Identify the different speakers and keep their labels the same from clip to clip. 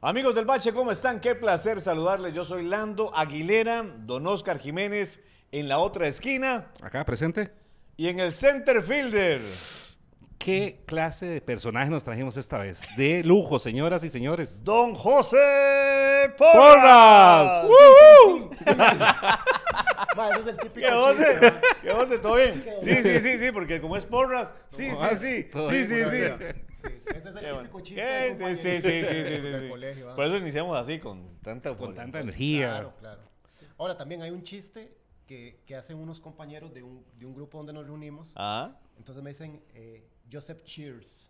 Speaker 1: Amigos del Bache, ¿cómo están? Qué placer saludarles. Yo soy Lando Aguilera, don Oscar Jiménez en la otra esquina
Speaker 2: Acá presente.
Speaker 1: y en el center fielder.
Speaker 2: ¿Qué clase de personaje nos trajimos esta vez? De lujo, señoras y señores.
Speaker 1: Don José Porras.
Speaker 2: ¡Porras!
Speaker 1: ¡Uh!
Speaker 2: ¡Woo!
Speaker 3: Ma, ese es el típico
Speaker 1: ¿Qué José?
Speaker 3: chiste, ma.
Speaker 1: ¿Qué José? ¿Todo bien? Sí, sí, sí, sí, porque como es Porras, sí,
Speaker 2: ¿Cómo vas?
Speaker 1: sí, sí,
Speaker 2: ¿Todo
Speaker 1: sí,
Speaker 2: bien?
Speaker 1: sí,
Speaker 2: Buenos
Speaker 1: sí.
Speaker 2: días.
Speaker 3: Sí, ese es el típico chiste
Speaker 1: Eh,
Speaker 3: de
Speaker 1: Sí,
Speaker 3: compañeros
Speaker 1: sí, sí, sí, sí, sí,
Speaker 3: del
Speaker 1: sí.
Speaker 3: colegio, ¿va?
Speaker 1: Por eso iniciamos así, con tanta
Speaker 2: Con
Speaker 1: euforia.
Speaker 2: tanta energía.
Speaker 3: Claro, claro. Ahora, también hay un chiste que, que hacen unos compañeros de un, de un grupo donde nos reunimos.
Speaker 1: Ah,
Speaker 3: Entonces me dicen eh, Joseph Cheers.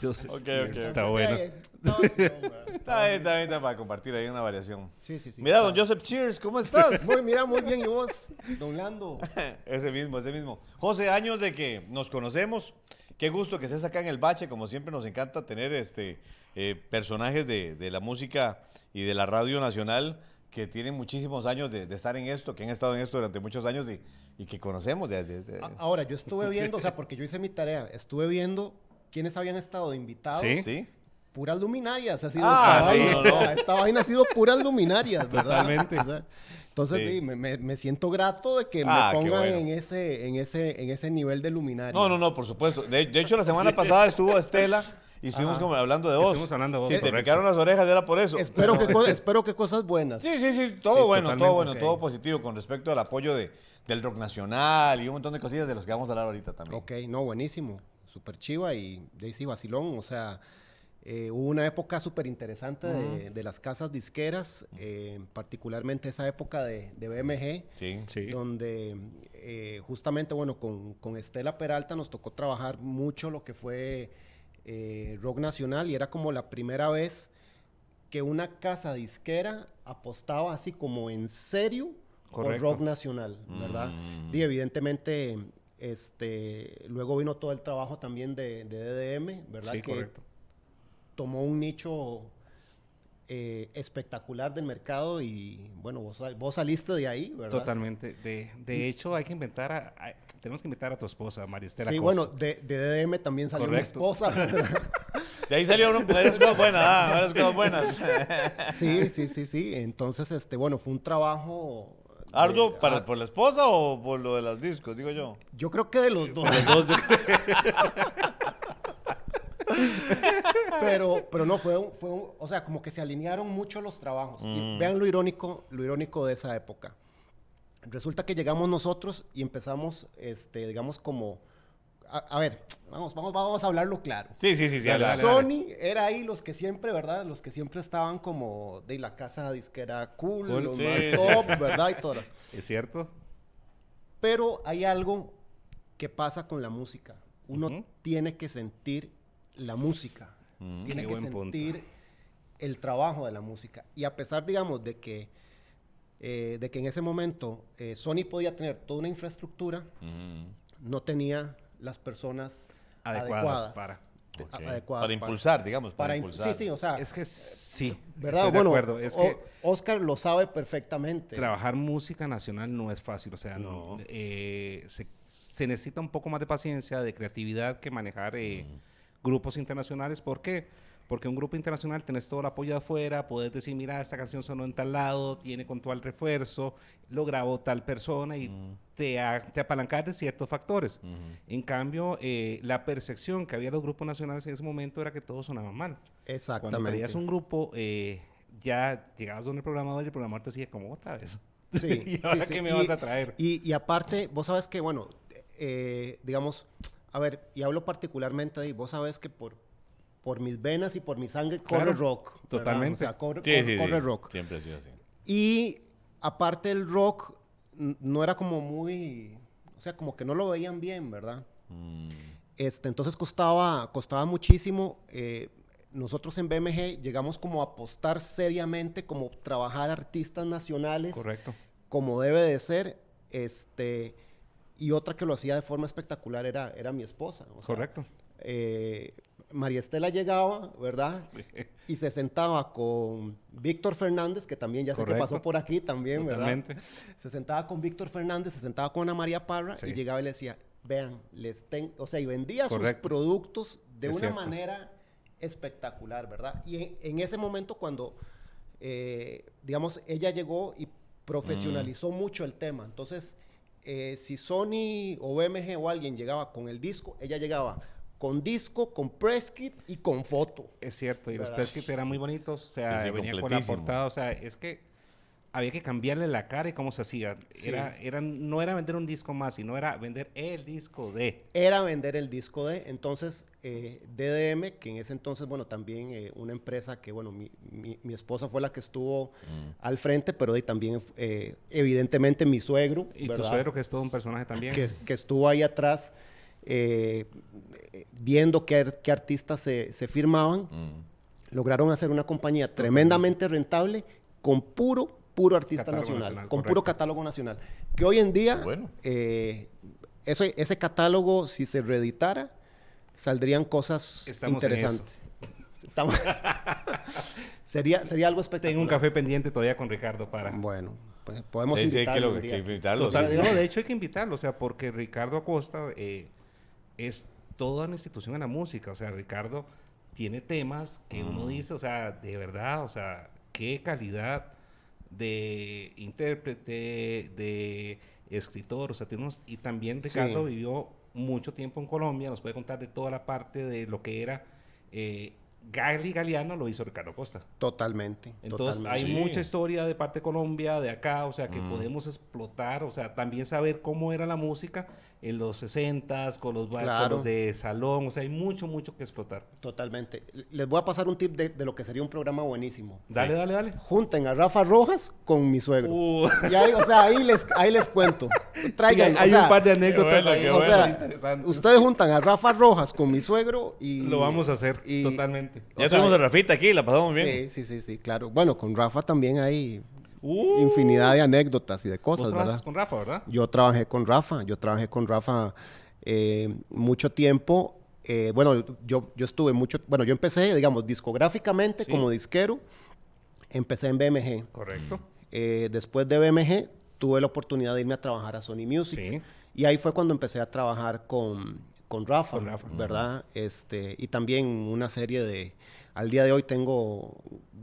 Speaker 2: Yo sé.
Speaker 1: Ok, ok,
Speaker 2: Está
Speaker 3: Entonces,
Speaker 2: bueno.
Speaker 3: eh, no, sí, no, ma.
Speaker 1: está bien, está bien, está para compartir ahí una variación.
Speaker 3: Sí, sí, sí.
Speaker 1: Mira, don
Speaker 3: Está-
Speaker 1: Joseph Cheers, ¿cómo estás?
Speaker 3: Muy, mira, muy bien. ¿Y vos, don Lando?
Speaker 1: Ese mismo, ese mismo. José, años de que nos conocemos. Qué gusto que estés acá en el bache. Como siempre, nos encanta tener este, eh, personajes de, de la música y de la radio nacional que tienen muchísimos años de, de estar en esto, que han estado en esto durante muchos años y, y que conocemos. de- de- de-
Speaker 2: Ah,
Speaker 3: A- Ahora, yo estuve viendo, o sea, porque yo hice mi tarea, estuve viendo quiénes habían estado de invitados.
Speaker 2: Sí.
Speaker 1: ¿Sí?
Speaker 3: puras luminarias ha sido
Speaker 1: Ah,
Speaker 3: esta,
Speaker 1: sí,
Speaker 3: vaina,
Speaker 1: no,
Speaker 3: o sea,
Speaker 1: no.
Speaker 3: esta vaina ha sido puras luminarias, ¿verdad?
Speaker 2: Totalmente.
Speaker 3: O sea, entonces
Speaker 1: Sí.
Speaker 3: di, me, me- me siento grato de que
Speaker 1: Ah,
Speaker 3: me
Speaker 1: qué
Speaker 3: pongan
Speaker 1: bueno.
Speaker 3: en ese en ese en ese nivel de luminaria.
Speaker 1: No, no, no, por supuesto. De, de hecho, la semana pasada estuvo Estela y estuvimos
Speaker 3: Ajá.
Speaker 1: como hablando de vos.
Speaker 2: Estuvimos hablando de vos,
Speaker 1: Sí, te
Speaker 2: correcto.
Speaker 1: picaron las orejas, era por eso.
Speaker 3: Espero que co- espero que cosas buenas.
Speaker 1: Sí, sí, sí, todo
Speaker 2: Sí,
Speaker 1: bueno, todo
Speaker 2: totalmente.
Speaker 1: bueno,
Speaker 3: Ok.
Speaker 1: todo positivo con respecto al apoyo de, del rock nacional y un montón de cosillas de las que vamos a hablar ahorita también.
Speaker 3: Ok, no, buenísimo. Super chiva y Daisy Basilón, o sea, eh, hubo una época súper interesante de, de las casas disqueras, eh, particularmente esa época de, de BMG.
Speaker 1: Sí.
Speaker 2: Sí.
Speaker 3: donde eh, justamente, bueno, con, con Estela Peralta nos tocó trabajar mucho lo que fue eh, rock nacional y era como la primera vez que una casa disquera apostaba así como en serio por
Speaker 2: Correcto.
Speaker 3: rock nacional, ¿verdad?
Speaker 1: Mm.
Speaker 3: Y evidentemente, este, luego vino todo el trabajo también de, de DDM, ¿verdad?
Speaker 2: Sí,
Speaker 3: que
Speaker 2: correcto.
Speaker 3: tomó un nicho eh, espectacular del mercado y bueno, vos, sal- vos saliste de ahí, ¿verdad?
Speaker 2: Totalmente. De, de hecho, hay que inventar a, a- tenemos que invitar a tu esposa, Maristela
Speaker 3: Sí, bueno, de, de DDM también salió
Speaker 2: Correcto.
Speaker 3: una esposa.
Speaker 1: De ahí salieron varias cosas buenas, ah, varias cosas buenas.
Speaker 3: sí, sí, sí, sí. Entonces, este, bueno, fue un trabajo. de-
Speaker 1: ¿Arduo para,
Speaker 3: ah,
Speaker 1: por la esposa o por lo de los discos, digo yo?
Speaker 3: Yo creo que de los dos. pero, pero no, fue un, fue un- O sea, como que se alinearon mucho los trabajos. Y vean lo irónico, lo irónico de esa época. Resulta que llegamos nosotros y empezamos, este, digamos, como. A, a ver, vamos, vamos, vamos a hablarlo claro.
Speaker 1: Sí, sí, sí, sí.
Speaker 2: Dale,
Speaker 1: habla,
Speaker 2: dale,
Speaker 1: habla.
Speaker 3: Sony era ahí los que siempre, ¿verdad? Los que siempre estaban como de la casa disquera cool,
Speaker 2: Cool,
Speaker 3: los
Speaker 1: sí,
Speaker 3: más
Speaker 1: sí,
Speaker 3: top, ¿verdad? Y todas.
Speaker 2: ¿Es cierto?
Speaker 3: Pero hay algo que pasa con la música. Uno
Speaker 2: Ujú.
Speaker 3: tiene que sentir la música.
Speaker 1: Mm,
Speaker 3: tiene
Speaker 2: qué
Speaker 3: que
Speaker 2: buen punto.
Speaker 3: sentir el trabajo de la música. Y a pesar, digamos, de que, eh, de que en ese momento eh, Sony podía tener toda una infraestructura,
Speaker 1: Mm,
Speaker 3: no tenía las personas
Speaker 2: Adecuadas
Speaker 3: adecuadas,
Speaker 2: para-
Speaker 1: ok.
Speaker 3: a- adecuadas
Speaker 1: Para impulsar, digamos, para,
Speaker 3: para im-
Speaker 1: impulsar.
Speaker 3: Sí, sí, o sea,
Speaker 2: Es que sí.
Speaker 3: ¿verdad?
Speaker 2: Estoy de
Speaker 3: bueno,
Speaker 2: acuerdo. Es
Speaker 3: o-
Speaker 2: que
Speaker 3: Oscar lo sabe perfectamente.
Speaker 2: trabajar música nacional no es fácil. O sea,
Speaker 3: Este, No.
Speaker 2: eh, se, se necesita un poco más de paciencia, de creatividad que manejar eh, grupos internacionales. ¿Por qué? Porque un grupo internacional tenés todo el apoyo de afuera, podés decir, mira, esta canción sonó en tal lado, tiene con tal refuerzo, lo grabó tal persona y te, a- te apalancas de ciertos factores. En cambio, eh, la percepción que había de los grupos nacionales en ese momento era que todo sonaba mal. Cuando
Speaker 3: Exactamente.
Speaker 2: traías un grupo, eh, ya llegabas donde el programador y el programador te decía, ¿cómo otra vez?
Speaker 3: Sí,
Speaker 2: ¿Y
Speaker 3: sí,
Speaker 2: ahora
Speaker 3: sí.
Speaker 2: qué me
Speaker 3: Y-
Speaker 2: vas a traer?
Speaker 3: Y, y aparte, vos sabes que, bueno, eh, digamos, a ver, y hablo particularmente de ahí, vos sabes que por, por mis venas y por mi sangre corre
Speaker 2: Claro,
Speaker 3: rock. ¿verdad?
Speaker 2: totalmente.
Speaker 3: O sea, corre,
Speaker 1: Sí,
Speaker 3: corre-
Speaker 1: sí, sí,
Speaker 3: corre rock.
Speaker 1: Siempre ha sido así.
Speaker 3: Y aparte el rock n- no era como muy, o sea, como que no lo veían bien, ¿verdad?
Speaker 1: Mm,
Speaker 3: Este, entonces costaba, costaba muchísimo. eh, nosotros en BMG llegamos como a apostar seriamente, como trabajar artistas nacionales
Speaker 2: Correcto.
Speaker 3: como debe de ser. Este, y otra que lo hacía de forma espectacular era, era mi esposa. o sea,
Speaker 2: Correcto.
Speaker 3: eh, María Estela llegaba, ¿verdad? Y se sentaba con Víctor Fernández, que también ya sé que pasó
Speaker 2: Correcto.
Speaker 3: por aquí también,
Speaker 2: Totalmente.
Speaker 3: ¿verdad? Se sentaba con Víctor Fernández, se sentaba con Ana María Parra
Speaker 2: Sí.
Speaker 3: y llegaba y le decía, vean, les ten... O sea, y vendía
Speaker 2: Correcto.
Speaker 3: sus productos de
Speaker 2: Es
Speaker 3: una
Speaker 2: cierto.
Speaker 3: manera espectacular, ¿verdad? Y en, en ese momento cuando, eh, digamos, ella llegó y
Speaker 2: Mm.
Speaker 3: profesionalizó mucho el tema. Entonces, eh, si Sony o BMG o alguien llegaba con el disco, ella llegaba con disco, con press kit y con foto.
Speaker 2: Es cierto, y los
Speaker 3: ¿Verdad?
Speaker 2: preskits eran muy bonitos, o sea,
Speaker 1: Sí, sí,
Speaker 2: venía con la
Speaker 1: completísimo.
Speaker 2: portada, o sea, es que había que cambiarle la cara y cómo se hacía.
Speaker 3: Sí.
Speaker 2: Era, era, no era vender un disco más, sino era vender el disco de.
Speaker 3: Era vender el disco de, entonces, eh, DDM, que en ese entonces, bueno, también eh, una empresa que, bueno, mi, mi- mi esposa fue la que estuvo al frente, pero de- también, eh, evidentemente, mi suegro.
Speaker 2: Y tu
Speaker 3: ¿verdad?
Speaker 2: suegro, que es todo un personaje también.
Speaker 3: que, que estuvo ahí atrás eh, eh, viendo qué, ar- qué artistas se, se firmaban,
Speaker 1: mm.
Speaker 3: lograron hacer una compañía tremendamente rentable con puro, puro artista
Speaker 2: Catálogo
Speaker 3: nacional,
Speaker 2: nacional,
Speaker 3: con puro
Speaker 2: correcto.
Speaker 3: catálogo nacional. Que hoy en día,
Speaker 4: Bueno.
Speaker 3: eh, ese, ese catálogo, si se reeditara, saldrían cosas
Speaker 2: Estamos en eso.
Speaker 3: interesantes. Estamos- sería, sería algo espectacular.
Speaker 2: Tengo un café pendiente todavía con Ricardo para.
Speaker 3: Bueno, pues podemos
Speaker 1: Sí, sí, hay que,
Speaker 3: invitarlo
Speaker 1: lo-
Speaker 3: un
Speaker 1: que
Speaker 3: día aquí.
Speaker 1: invitarlo,
Speaker 2: Total,
Speaker 1: sí.
Speaker 2: no, de hecho hay que invitarlo, o sea, porque Ricardo Acosta eh, es toda una institución en la música, o sea, Ricardo tiene temas que uno
Speaker 1: Mm.
Speaker 2: dice, o sea, de verdad, o sea, qué calidad de intérprete, de escritor, o sea, tiene unos- y también
Speaker 3: Sí.
Speaker 2: Ricardo vivió mucho tiempo en Colombia, nos puede contar de toda la parte de lo que era eh, Gali Galeano, lo hizo Ricardo Acosta.
Speaker 3: Totalmente.
Speaker 2: Entonces
Speaker 3: totalmente. Mm.
Speaker 2: hay
Speaker 1: Sí.
Speaker 2: mucha historia de parte de Colombia, de acá, o sea que podemos explotar, o sea, también saber cómo era la música en los 60s, con los barcos
Speaker 3: Claro.
Speaker 2: de salón, o sea, hay mucho, mucho que explotar.
Speaker 3: Totalmente. Les voy a pasar un tip de, de lo que sería un programa buenísimo.
Speaker 2: Dale, dale, dale.
Speaker 3: Junten a Rafa Rojas con mi suegro.
Speaker 2: Uh,
Speaker 3: Y ahí, o sea, ahí les, ahí les cuento. Traigan,
Speaker 2: sí, hay
Speaker 3: o sea,
Speaker 2: un par de anécdotas
Speaker 1: bueno,
Speaker 2: ahí,
Speaker 1: qué
Speaker 3: o
Speaker 1: bueno.
Speaker 3: sea,
Speaker 2: interesantes.
Speaker 3: ustedes juntan a Rafa Rojas con mi suegro y...
Speaker 2: Lo vamos a hacer
Speaker 3: y-
Speaker 2: totalmente.
Speaker 1: Ya
Speaker 3: o sea,
Speaker 1: tuvimos a Rafita aquí, la pasamos bien.
Speaker 3: Sí, sí, sí, sí, claro. Bueno, con Rafa también hay
Speaker 2: Uh,
Speaker 3: infinidad de anécdotas y de
Speaker 2: vos
Speaker 3: cosas, ¿verdad?
Speaker 2: trabajas Uh, con Rafa, ¿verdad?
Speaker 3: Yo trabajé con Rafa, yo trabajé con Rafa eh, mucho tiempo. Eh, bueno, yo, yo estuve mucho, bueno, yo empecé, digamos, discográficamente
Speaker 2: Sí.
Speaker 3: como disquero, empecé en BMG.
Speaker 2: Correcto.
Speaker 3: Eh, después de BMG tuve la oportunidad de irme a trabajar a Sony Music.
Speaker 2: Sí.
Speaker 3: Y ahí fue cuando empecé a trabajar con, con Rafa,
Speaker 2: Con Rafa.
Speaker 3: ¿verdad? este, y también una serie de... Al día de hoy tengo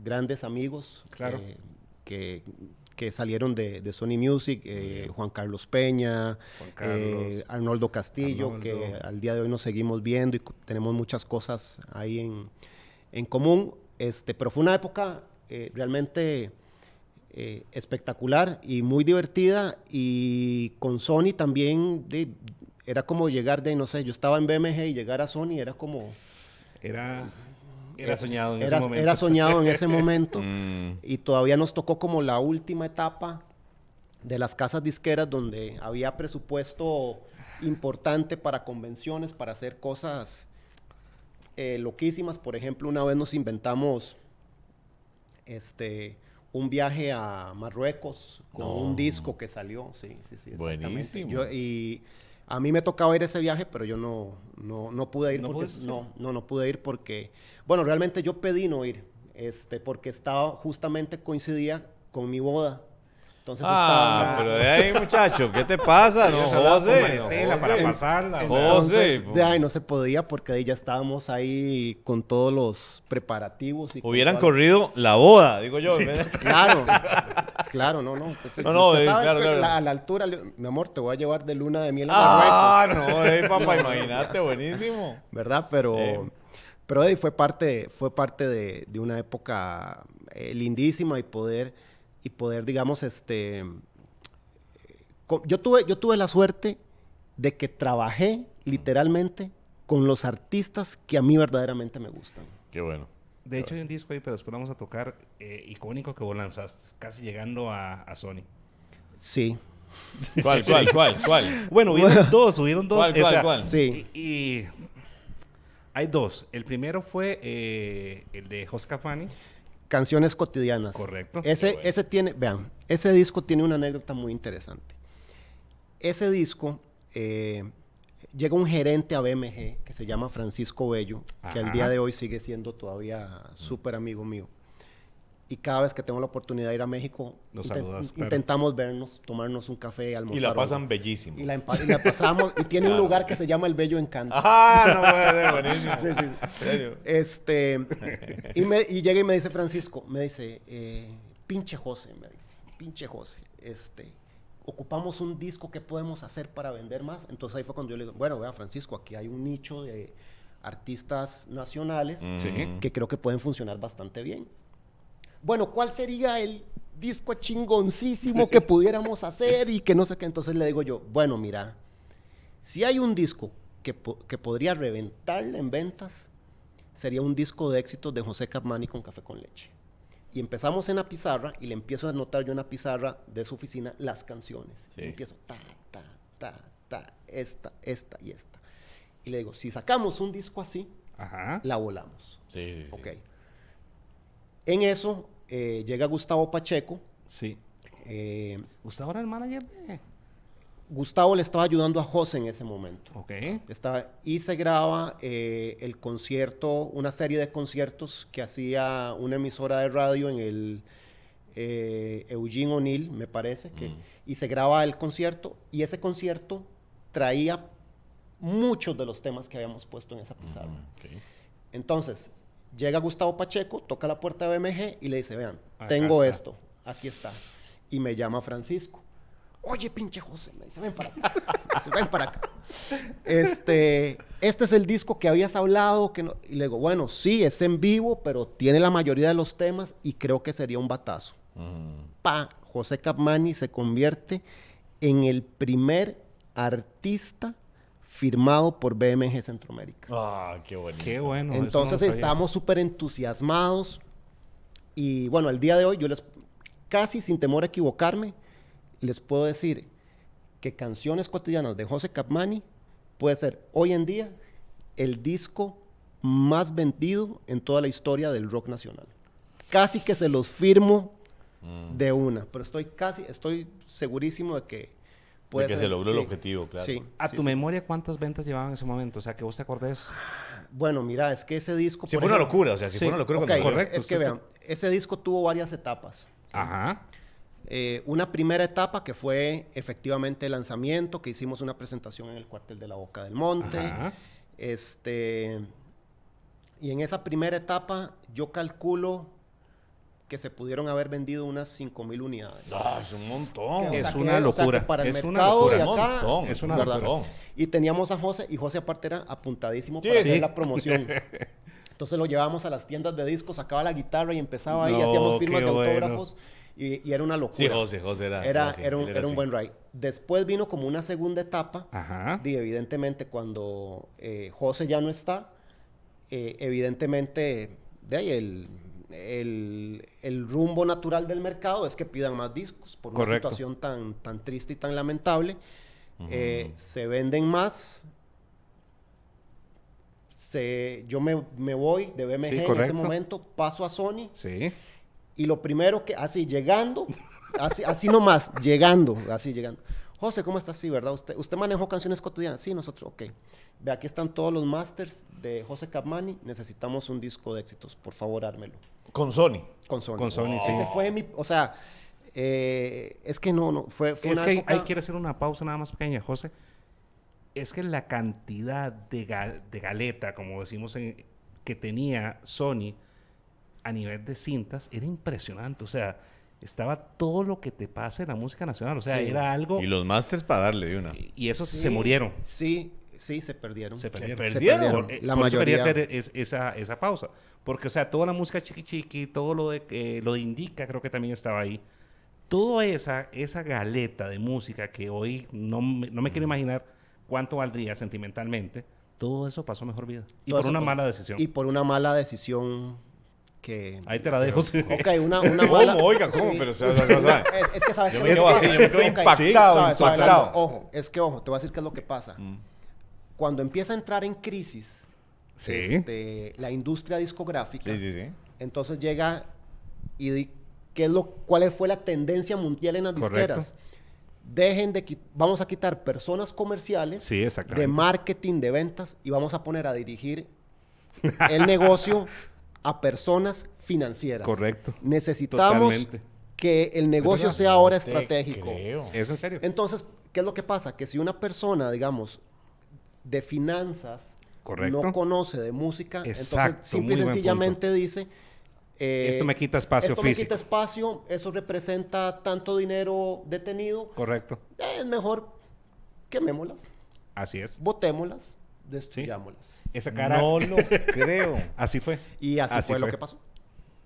Speaker 3: grandes amigos
Speaker 2: Claro.
Speaker 3: eh, que, que salieron de, de Sony Music, eh, Juan Carlos Peña,
Speaker 2: Juan Carlos.
Speaker 3: eh, Arnoldo Castillo,
Speaker 2: Arnoldo.
Speaker 3: que al día de hoy nos seguimos viendo y cu- tenemos muchas cosas ahí en, en común. Este, pero fue una época eh, realmente eh, espectacular y muy divertida. Y con Sony también de- era como llegar de, no sé, yo estaba en BMG y llegar a Sony era como...
Speaker 2: Era, era soñado en
Speaker 3: Eh, era,
Speaker 2: ese momento.
Speaker 3: era soñado en ese momento.
Speaker 1: Mm.
Speaker 3: Y todavía nos tocó como la última etapa de las casas disqueras donde había presupuesto importante para convenciones, para hacer cosas eh, loquísimas. Por ejemplo, una vez nos inventamos este un viaje a Marruecos con
Speaker 1: No.
Speaker 3: un disco que salió. Sí, sí, sí. exactamente.
Speaker 1: Buenísimo.
Speaker 3: Yo- y a mí me tocaba ir a ese viaje, pero yo no, no, no pude ir
Speaker 2: ¿No
Speaker 3: porque
Speaker 2: pudiste?
Speaker 3: no, no, no pude ir porque, bueno, realmente yo pedí no ir, este, porque estaba justamente coincidía con mi boda. Entonces
Speaker 1: Ah,
Speaker 3: estaba
Speaker 1: pero de ahí, muchacho, ¿qué te pasa? No,
Speaker 2: Hablaba con
Speaker 1: José. no,
Speaker 2: Maristela para
Speaker 1: José.
Speaker 2: pasarla. o sea,
Speaker 1: José.
Speaker 3: entonces,
Speaker 1: po.
Speaker 3: de ahí no se podía porque ahí ya estábamos ahí con todos los preparativos y con
Speaker 1: Hubieran
Speaker 3: toda-
Speaker 1: corrido la boda, digo yo. ¿verdad?
Speaker 3: Claro, claro, no, no. Entonces,
Speaker 1: No, no,
Speaker 3: usted
Speaker 1: eh,
Speaker 3: sabe,
Speaker 1: claro,
Speaker 3: pero
Speaker 1: claro.
Speaker 3: la- a la altura, le- mi amor, te voy a llevar de luna de miel a
Speaker 1: Ah,
Speaker 3: Marruecos.
Speaker 1: no, eh, papá, imagínate, buenísimo.
Speaker 3: ¿verdad? Pero,
Speaker 1: Eh.
Speaker 3: pero eh, fue parte, fue parte de, de una época eh, lindísima y poder, y poder, digamos, este, eh, co- yo tuve, yo tuve la suerte de que trabajé literalmente con los artistas que a mí verdaderamente me gustan.
Speaker 1: Qué bueno.
Speaker 2: De hecho, hay un disco ahí, pero después lo vamos a tocar eh, icónico que vos lanzaste, casi llegando a, a Sony.
Speaker 3: Sí,
Speaker 1: ¿Cuál, cuál, cuál, cuál?
Speaker 2: Bueno, hubieron dos, hubieron dos.
Speaker 1: ¿Cuál,
Speaker 2: o
Speaker 1: cuál,
Speaker 2: sea,
Speaker 1: cuál?
Speaker 3: sí.
Speaker 2: Y, y hay dos. El primero fue eh, el de Josca Fanny.
Speaker 3: Canciones cotidianas.
Speaker 2: Correcto.
Speaker 3: Ese,
Speaker 1: Qué bueno.
Speaker 3: ese tiene, vean, ese disco tiene una anécdota muy interesante. Ese disco, eh, llega un gerente a BMG que se llama Francisco Bello, que al
Speaker 2: Ajá.
Speaker 3: día de hoy sigue siendo todavía súper amigo mío. y cada vez que tengo la oportunidad de ir a México,
Speaker 2: Los
Speaker 3: inten-
Speaker 2: saludas, claro.
Speaker 3: intentamos vernos, tomarnos un café, almorzar.
Speaker 1: Y la
Speaker 3: algo.
Speaker 1: pasan bellísimo.
Speaker 3: Y la, empa- y la pasamos. y tiene un lugar que se llama El Bello Encanto.
Speaker 1: Ah, no puede ser, buenísimo.
Speaker 3: Sí, sí.
Speaker 1: En serio.
Speaker 3: Este, y, me, y llega y me dice Francisco, me dice, eh, pinche José, me dice, pinche José, este, ocupamos un disco que podemos hacer para vender más. Entonces ahí fue cuando yo le digo, bueno, vea Francisco, aquí hay un nicho de artistas nacionales
Speaker 1: Mm.
Speaker 2: Sí.
Speaker 3: ¿eh? que creo que pueden funcionar bastante bien. Bueno, ¿cuál sería el disco chingoncísimo que pudiéramos hacer y que no sé qué? Entonces le digo yo, bueno, mira, si hay un disco que, po- que podría reventarle en ventas, sería un disco de éxitos de José Capmani con Café con Leche. Y empezamos en la pizarra y le empiezo a anotar yo en la pizarra de su oficina las canciones.
Speaker 1: Sí.
Speaker 3: Y empiezo ta, ta, ta, ta, esta, esta y esta. Y le digo, si sacamos un disco así,
Speaker 2: Ajá.
Speaker 3: la volamos.
Speaker 1: Sí, sí, sí.
Speaker 3: Ok. En eso eh, llega Gustavo Pacheco.
Speaker 2: Sí.
Speaker 3: eh,
Speaker 2: ¿Usted ahora es el manager de...?
Speaker 3: Gustavo le estaba ayudando a José en ese momento.
Speaker 2: Ok.
Speaker 3: Estaba- y se graba eh, el concierto, una serie de conciertos que hacía una emisora de radio en el eh, Eugene O'Neill, me parece. Que,
Speaker 1: Mm.
Speaker 3: Y se graba el concierto y ese concierto traía muchos de los temas que habíamos puesto en esa pizarra.
Speaker 2: Mm,
Speaker 1: Ok.
Speaker 3: Entonces, llega Gustavo Pacheco, toca la puerta de BMG y le dice, vean,
Speaker 2: Acá
Speaker 3: tengo
Speaker 2: está.
Speaker 3: esto, aquí está. Y me llama Francisco. Oye, pinche José, me dice, ven para acá. Me dice, ven para acá. Este, este es el disco que habías hablado. Que no... Y le digo, bueno, sí, es en vivo, pero tiene la mayoría de los temas y creo que sería un batazo.
Speaker 1: Mm.
Speaker 3: Pa, José Capmani se convierte en el primer artista firmado por BMG Centroamérica.
Speaker 1: Ah, qué bonito.
Speaker 2: Qué bueno. eso no lo
Speaker 3: Entonces
Speaker 2: sabía.
Speaker 3: estábamos súper entusiasmados y bueno, al día de hoy yo les, casi sin temor a equivocarme, les puedo decir que Canciones Cotidianas de José Capmani puede ser hoy en día el disco más vendido en toda la historia del rock nacional. Casi que se los firmo
Speaker 1: Mm.
Speaker 3: de una, pero estoy casi, estoy segurísimo de que puede
Speaker 1: que
Speaker 3: ser.
Speaker 1: se logró el
Speaker 3: sí,
Speaker 1: objetivo, claro.
Speaker 3: Sí.
Speaker 2: A
Speaker 3: sí,
Speaker 2: tu
Speaker 3: sí.
Speaker 2: memoria, ¿cuántas ventas llevaban en ese momento? O sea, que vos te acordés.
Speaker 3: Bueno, mira, es que ese disco...
Speaker 1: Sí,
Speaker 3: por
Speaker 1: fue una
Speaker 3: ejemplo-
Speaker 1: locura, o sea, sí,
Speaker 2: Sí,
Speaker 1: fue una locura
Speaker 3: Ok,
Speaker 1: cuando
Speaker 2: Correcto,
Speaker 3: Es que
Speaker 2: sí,
Speaker 3: vean, ese disco tuvo varias etapas. Ah,
Speaker 2: Ajá.
Speaker 3: Eh, una primera etapa que fue efectivamente el lanzamiento, que hicimos una presentación en el cuartel de la Boca del Monte.
Speaker 2: Ajá.
Speaker 3: Este, y en esa primera etapa yo calculo que se pudieron haber vendido unas 5.000 unidades.
Speaker 1: Ah, es un montón.
Speaker 2: Es
Speaker 1: Es
Speaker 3: sea,
Speaker 2: una
Speaker 3: que- o sea, que
Speaker 2: locura.
Speaker 3: para el
Speaker 2: es una
Speaker 3: mercado
Speaker 1: un
Speaker 3: de
Speaker 2: locura.
Speaker 3: acá-
Speaker 1: montón.
Speaker 2: es
Speaker 1: Es
Speaker 2: una
Speaker 1: una
Speaker 3: ¿verdad?
Speaker 1: locura.
Speaker 3: Y teníamos a José, y José aparte era apuntadísimo
Speaker 1: Sí,
Speaker 3: para
Speaker 1: sí.
Speaker 3: hacer la promoción. Entonces lo llevábamos a las tiendas de discos, sacaba la guitarra y empezaba ahí,
Speaker 2: No,
Speaker 3: hacíamos firmas
Speaker 2: qué
Speaker 3: de
Speaker 2: bueno.
Speaker 3: autógrafos y, y era una locura.
Speaker 1: Sí, José, José era.
Speaker 3: Era,
Speaker 1: así,
Speaker 3: era un,
Speaker 1: él
Speaker 3: era un
Speaker 1: así.
Speaker 3: buen ride. Después vino como una segunda etapa,
Speaker 2: Ajá.
Speaker 3: y evidentemente cuando eh, José ya no está, eh, evidentemente de ahí el, el- el rumbo natural del mercado es que pidan más discos por una
Speaker 2: Correcto.
Speaker 3: situación tan, tan triste y tan lamentable. Eh, se venden más. Se, yo me, me voy de BMG en ese
Speaker 2: correcto.
Speaker 3: momento, paso a Sony
Speaker 2: Sí.
Speaker 3: y lo primero que, así, llegando, así, así nomás, llegando, así, llegando. José, ¿cómo está? Sí, ¿verdad? ¿Usted, usted manejó canciones cotidianas? Sí, nosotros, ok. Ve, aquí están todos los masters de José Capmani. Necesitamos un disco de éxitos. Por favor, ármelo.
Speaker 1: Con Sony.
Speaker 3: Con Sony.
Speaker 2: Con Sony, sí.
Speaker 3: Ese fue mi... O sea, eh, es que no, no. Fue, fue
Speaker 2: Es
Speaker 3: una
Speaker 2: que ahí-
Speaker 3: época-
Speaker 2: ahí quiero hacer una pausa nada más pequeña, José. Es que la cantidad de, ga- de galeta, como decimos, en- que tenía Sony a nivel de cintas era impresionante. O sea, estaba todo lo que te pasa en la música nacional. O sea,
Speaker 3: Sí.
Speaker 2: era algo...
Speaker 1: Y los Masters para darle de una.
Speaker 2: Y esos
Speaker 3: Sí,
Speaker 2: se murieron.
Speaker 3: Sí, sí, se perdieron.
Speaker 2: Se perdieron.
Speaker 1: perdieron.
Speaker 3: Se
Speaker 1: Perdieron.
Speaker 2: Por- eh,
Speaker 3: La
Speaker 2: por eso
Speaker 3: mayoría.
Speaker 2: quería hacer es- esa, esa pausa. Porque, o sea, toda la música chiqui chiqui, todo lo de, eh, lo de Indica, creo que también estaba ahí. Toda esa, esa galeta de música que hoy no, me- no me quiero imaginar cuánto valdría sentimentalmente, todo eso pasó mejor vida. Y por
Speaker 3: Todo eso
Speaker 2: una
Speaker 3: pasó.
Speaker 2: mala decisión.
Speaker 3: Y por una mala decisión que...
Speaker 2: Ahí te la dejo.
Speaker 3: Ok, una, una
Speaker 1: ¿Cómo?
Speaker 3: mala...
Speaker 1: Oiga, ¿cómo? Pero, o sea, o sea, o sea,
Speaker 3: Es, es que sabes
Speaker 1: Yo
Speaker 3: qué
Speaker 1: me
Speaker 3: es lo
Speaker 1: quedo
Speaker 3: que
Speaker 1: así, yo me quedo
Speaker 3: Ok,
Speaker 1: impactado,
Speaker 3: suave, suave,
Speaker 1: impactado. Mm.
Speaker 3: Lalo, ojo, es que ojo, te voy a decir qué es lo que pasa. Cuando empieza a entrar en crisis
Speaker 2: Sí.
Speaker 3: este, la industria discográfica,
Speaker 1: Sí, sí, sí.
Speaker 3: entonces llega y di- ¿qué es lo, cuál fue la tendencia mundial en las
Speaker 2: Correcto.
Speaker 3: disqueras. Dejen de qui- vamos a quitar personas comerciales
Speaker 2: Sí, exactamente.
Speaker 3: de marketing, de ventas y vamos a poner a dirigir el negocio a personas financieras.
Speaker 2: Correcto.
Speaker 3: Necesitamos
Speaker 2: Totalmente.
Speaker 3: que el negocio sea ahora estratégico.
Speaker 2: ¿Es en serio?
Speaker 3: Entonces, ¿qué es lo que pasa? Que si una persona, digamos, de finanzas
Speaker 2: Correcto.
Speaker 3: no conoce de música,
Speaker 2: Exacto,
Speaker 3: entonces simple y
Speaker 2: muy buen
Speaker 3: sencillamente dice... eh,
Speaker 2: Esto me quita espacio
Speaker 3: esto me
Speaker 2: físico.
Speaker 3: quita espacio, eso representa tanto dinero detenido,
Speaker 2: Correcto.
Speaker 3: eh, es mejor quemémoslas,
Speaker 2: Así es.
Speaker 3: botémoslas, destruyámoslas.
Speaker 2: Esa cara.
Speaker 1: No lo creo.
Speaker 2: Así fue.
Speaker 3: Y así,
Speaker 2: Así
Speaker 3: fue, lo
Speaker 2: fue.
Speaker 3: que pasó.